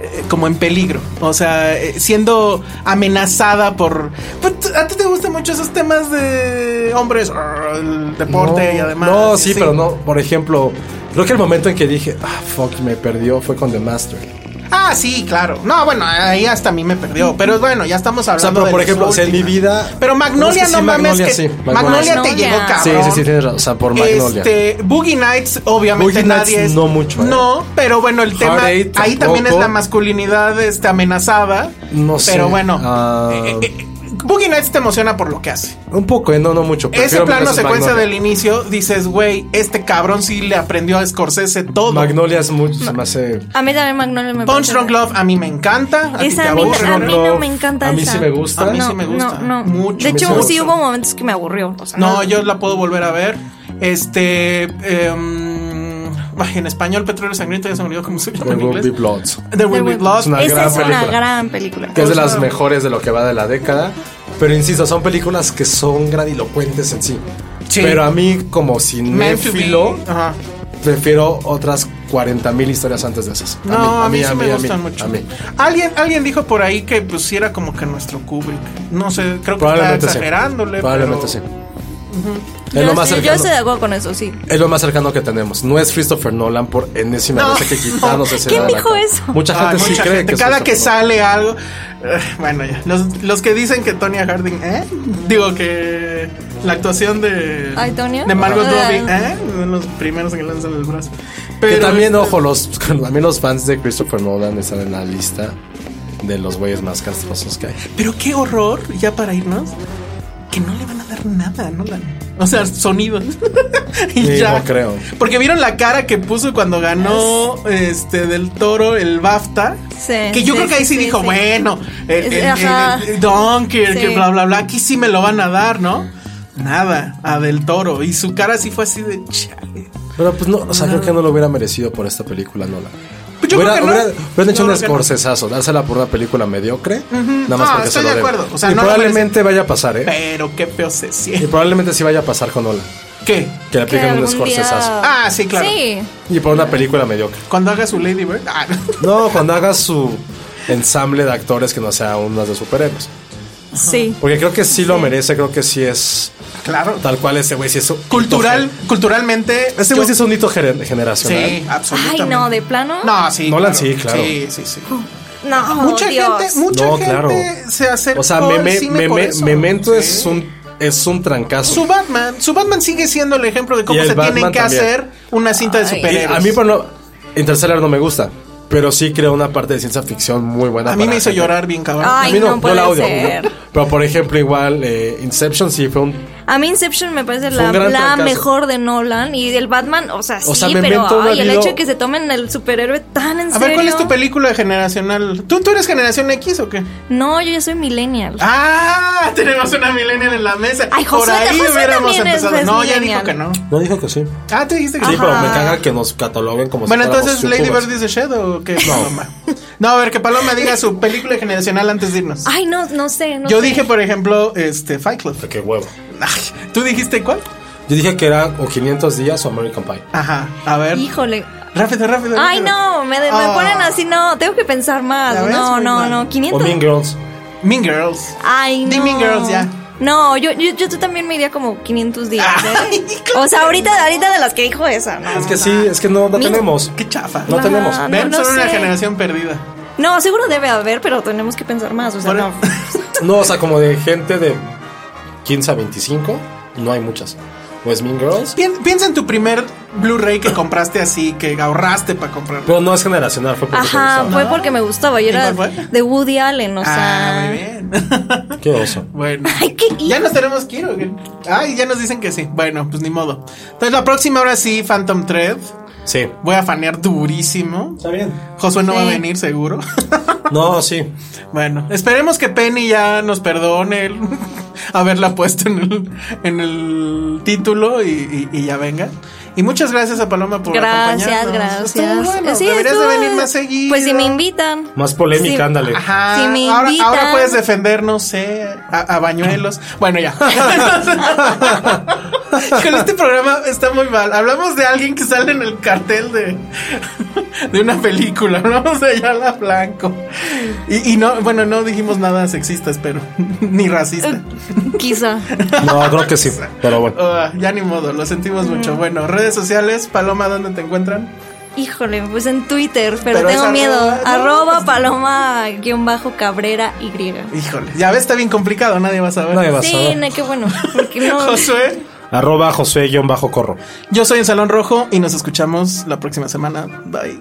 S4: eh, como en peligro, o sea, eh, siendo amenazada por... Pues, ¿A ti te gustan mucho esos temas de hombres, arr, el deporte
S3: no,
S4: y además?
S3: No,
S4: y
S3: sí,
S4: así?
S3: pero no. Por ejemplo, creo que el momento en que dije, ah, fuck, me perdió fue con The Master.
S4: Ah, sí, claro. No, bueno, ahí hasta a mí me perdió, pero bueno, ya estamos
S3: O sea,
S4: hablando
S3: pero
S4: de
S3: por
S4: los
S3: ejemplo, o sea, en mi
S4: últimos.
S3: vida.
S4: Pero Magnolia,
S3: Es que sí,
S4: no mames,
S3: Magnolia,
S4: que
S3: sí,
S4: Magnolia, te
S5: Magnolia.
S4: llegó
S3: Sí,
S4: cabrón.
S3: sí, sí, tienes razón. O sea, por Magnolia.
S4: Este, Boogie Nights, obviamente
S3: Boogie
S4: nadie
S3: Nights
S4: es-
S3: no mucho, ¿eh?
S4: No, pero bueno, el tema.
S3: Heartache
S4: ahí
S3: tampoco.
S4: también es la masculinidad este, amenazada.
S3: No sé,
S4: Pero bueno.
S3: ah.
S4: eh, eh, eh, Boogie Nights te emociona por lo que hace.
S3: Un poco, ¿eh? no, no mucho.
S4: Ese
S3: Prefiero mil
S4: plano
S3: veces
S4: secuencia
S3: Magnolia.
S4: del inicio, dices, güey, este cabrón sí le aprendió a Scorsese todo.
S3: Magnolia es mucho, se me hace.
S5: A mí también Magnolia me
S4: Punch
S5: parece-
S4: Drunk Love a mí me encanta. A ti
S5: Esa
S4: te
S5: a mí,
S4: aburre,
S5: a mí
S4: ¿no?
S5: no me encanta
S3: A mí
S5: esa.
S3: sí me gusta.
S4: A mí sí
S5: No,
S4: me gusta.
S5: No, no.
S4: Mucho,
S5: de hecho,
S4: mucho.
S5: sí hubo momentos que me aburrió. o sea,
S4: No, yo la puedo volver a ver. Este. em, ay, en español, Petróleo Sangriento ya se me olvidó cómo se llama
S3: The
S4: en
S3: Will Be
S4: inglés.
S3: Bloods.
S4: The Will Be
S5: Will-
S4: Blood.
S3: Es una
S5: Esa
S3: gran
S5: es
S3: película.
S5: una gran película.
S3: Que es de las mejores de lo que va de la década. Pero insisto, son películas que son grandilocuentes en sí.
S4: Sí.
S3: Pero a mí, como
S4: Meant to be.
S3: cinéfilo,
S4: Ajá.
S3: prefiero otras 40.000 historias antes de esas.
S4: No, a mí, sí me gustan mucho.
S3: a mí.
S4: Alguien, alguien dijo por ahí que pues, sí era como que nuestro Kubrick. No sé, creo que está
S3: Probablemente sí.
S4: exagerándole.
S3: Probablemente
S4: pero-
S3: sí.
S5: Yo,
S3: Es lo más
S5: estoy- yo
S3: cercano.
S5: estoy de acuerdo con eso, sí.
S3: Es lo más cercano que tenemos. No es Christopher Nolan por enésima
S4: No,
S3: vez hay que quitarnos ese
S5: ¿Quién
S3: lado de la
S5: dijo
S3: cara.
S5: eso?
S3: Mucha
S4: Ay,
S3: gente sí
S4: Ah, mucha
S3: cree
S4: gente.
S3: que es
S4: Cada que
S3: Christopher
S4: sale algo. eh, bueno, ya. Los, los que dicen que Tonya Harding, ¿eh? Digo que la actuación de.
S5: Ay, Tonya.
S4: De Margot
S5: Ah.
S4: Robbie, ¿eh? Son los primeros que lanzan el brazo.
S3: Que
S4: Pero
S3: también,
S4: este,
S3: ojo, los, también los fans de Christopher Nolan están en la lista de los güeyes más castrosos que hay.
S4: Pero qué horror, ya para irnos, que no le van a dar nada, ¿no? La- o sea, sonido. y
S3: Sí, no creo.
S4: Porque vieron la cara que puso cuando ganó este del toro el BAFTA.
S5: Sí,
S4: que yo
S5: sí,
S4: creo que ahí sí,
S5: sí, sí,
S4: dijo,
S5: sí.
S4: bueno, el, el-
S5: Es-
S4: el-
S5: ajá.
S4: el Dunker, que
S5: Sí.
S4: bla, bla, bla. Aquí sí me lo van a dar, ¿no? Nada, a del toro. Y su cara sí fue así de chale.
S3: Pero pues no, o sea, creo que no lo hubiera merecido por esta película Nolan.
S4: Pues yo
S3: hubiera,
S4: creo que no.
S3: hubiera- hubieran hecho
S4: Yo
S3: un
S4: creo que no.
S3: escorcesazo, dársela por una película mediocre, nada
S4: No,
S3: más porque se
S4: estoy
S3: lo
S4: de
S3: deben.
S4: acuerdo, o sea,
S3: y
S4: no lo
S3: probablemente vaya a pasar, ¿eh?
S4: Pero qué feo se
S3: Y
S4: siente.
S3: probablemente sí vaya a pasar con Nolan,
S4: ¿Qué?
S3: que le
S5: Que
S3: apliquen un
S5: algún día-
S3: escorcesazo.
S4: Ah, sí, claro.
S5: Sí.
S3: Y por una película mediocre.
S4: Cuando haga su Lady Bird. Ah.
S3: No, cuando haga su ensamble de actores que no sea unas de superhéroes.
S5: Sí.
S3: Porque creo que sí lo merece, creo que sí es. Claro. Tal cual este güey sí es. un
S4: Cultural,
S3: hito
S4: culturalmente.
S3: gen- Este güey sí es un hito gener- generacional.
S4: Sí, absolutamente.
S5: Ay, no, de plano.
S4: No, sí.
S3: Nolan sí, claro.
S4: Sí, sí, sí.
S5: No,
S4: mucha
S5: oh, Dios.
S4: gente, mucha
S3: No,
S4: gente
S3: claro.
S4: se acercó
S3: O sea,
S4: al
S3: Meme-
S4: cine
S3: Meme-
S4: por eso.
S3: Memento
S4: Sí.
S3: es un es un trancazo.
S4: Su Batman, su Batman sigue siendo el ejemplo de cómo
S3: Y el
S4: se tienen
S3: Batman
S4: que
S3: también.
S4: hacer una cinta de
S5: Ay.
S3: Y
S4: superhéroes.
S3: a mí, bueno, Interstellar no me gusta, pero sí creo una parte de ciencia ficción muy buena.
S4: A mí
S3: para
S4: me hizo
S3: gente.
S4: llorar bien cabrón.
S3: A
S5: Ay,
S3: mí no,
S5: no
S3: no
S5: puede
S3: la odio.
S5: ser.
S3: Pero por ejemplo, igual eh, Inception sí fue un.
S5: A mí Inception me parece
S3: Fue un
S5: la,
S3: gran
S5: la
S3: trancazo.
S5: mejor de Nolan y del Batman, o sea, sí,
S3: O sea, Memento
S5: pero
S3: no ha
S5: ay, el
S3: habido-
S5: hecho de que se tomen el superhéroe tan en
S4: a
S5: serio.
S4: ver, ¿cuál es tu película generacional? ¿Tú, ¿Tú eres generación X o qué?
S5: No, yo ya soy millennial.
S4: ¡Ah! Tenemos una millennial en la mesa.
S5: Ay,
S4: Por
S5: Josué,
S4: ahí
S5: Josué
S4: hubiéramos
S5: también es-
S4: empezado.
S5: es
S4: no, ya dijo
S5: millennial.
S4: que no.
S3: No dijo que sí.
S4: Ah, te dijiste que
S3: Sí,
S4: sí.
S3: pero me caga que nos cataloguen como
S4: Bueno,
S3: si fuéramos
S4: entonces Lady
S3: youtubers.
S4: Bird is the Shadow o qué Paloma. No, a ver, que Paloma diga su película generacional antes de irnos.
S5: Ay, no, no sé. Ah, No
S4: Yo
S5: sé.
S4: dije, por ejemplo, este Fight Club.
S3: Qué huevo.
S4: Ay, ¿Tú dijiste cuál?
S3: Yo dije que era o 500 días o American Pie.
S4: Ajá, a ver.
S5: Híjole.
S4: Rápido, rápido.
S5: Ay,
S4: rápido.
S5: no, me, de- me
S4: Ah.
S5: ponen así, no, tengo que pensar más.
S4: Ya ves,
S5: No,
S4: muy
S5: no,
S4: mal.
S5: no,
S3: O
S5: 500.
S3: Mean Girls.
S4: Mean Girls.
S5: Ay, no.
S4: Di Mean Girls, ya.
S5: No, yo, yo, yo tú también me iría como 500 días. ¿eh?
S4: Ay, claro.
S5: o sea, ahorita, ahorita de las que dijo esa, Ah, ¿no?
S3: Es que sí, es que no, no
S5: Mean-
S3: tenemos.
S4: Qué chafa.
S3: No tenemos.
S5: Ah,
S4: Ven,
S5: no
S4: son una
S5: sé.
S4: generación perdida.
S5: No, seguro debe haber, pero tenemos que pensar más. O sea,
S4: Bueno.
S5: no.
S3: No, o sea, como de gente de 15 a 25, no hay muchas. ¿O es Mean Girls?
S4: Pien- piensa en tu primer Blu-ray que compraste así, que ahorraste para comprar.
S3: Pero no es generacional, fue porque
S5: Ajá,
S3: te
S5: fue porque me gustaba. Yo era
S4: ¿Y cuál fue?
S5: de Woody Allen, o
S4: ah,
S5: sea.
S4: muy bien.
S3: gustaba. Qué oso.
S4: bueno.
S5: Ay, qué
S4: Ya
S5: hijo.
S4: nos tenemos que ir. ¿o qué? Ay, ya nos dicen que sí. Bueno, pues ni modo. Entonces la próxima ahora sí, Phantom Thread.
S3: Sí.
S4: Voy a fanear durísimo.
S3: Está bien.
S4: Josué no va a
S5: Sí.
S4: venir seguro.
S3: No, sí.
S4: bueno, esperemos que Penny ya nos perdone el haberla puesto en el, en el título y, y- y ya venga. Y muchas gracias a Paloma por
S5: Gracias,
S4: acompañarnos.
S5: gracias.
S4: Estuvo bueno,
S5: Sí,
S4: Deberías de
S5: estuvo-
S4: venir más seguido.
S5: Pues si me invitan.
S3: Más polémica,
S5: Sí.
S3: ándale.
S4: Ajá.
S5: Si me
S4: Ah, ahora,
S5: invitan.
S4: ahora puedes defender, no sé, a, a bañuelos. Bueno, ya. Con este programa está muy mal. Hablamos de alguien que sale en el cartel de, de una película. Hablamos de Ayala Blanco. Y, y no, bueno, no dijimos nada sexista, espero. Ni racista.
S5: Quizá.
S3: No, creo que sí. Pero bueno.
S4: Ah, ya ni modo, lo sentimos mucho. Bueno, redes sociales, Paloma, ¿dónde te encuentran?
S5: Híjole, pues en Twitter, pero,
S4: Pero es
S5: tengo
S4: arroba,
S5: miedo.
S4: ¿no? Pues-
S5: Arroba paloma guión bajo cabrera Y.
S4: Híjole, ya ves, está bien complicado, nadie va a saber.
S3: Nadie va a
S5: Sí,
S3: saber.
S5: no, qué bueno. Porque no.
S4: Josué.
S3: Arroba Josué-Corro.
S4: Yo soy el Salón Rojo y nos escuchamos la próxima semana. Bye.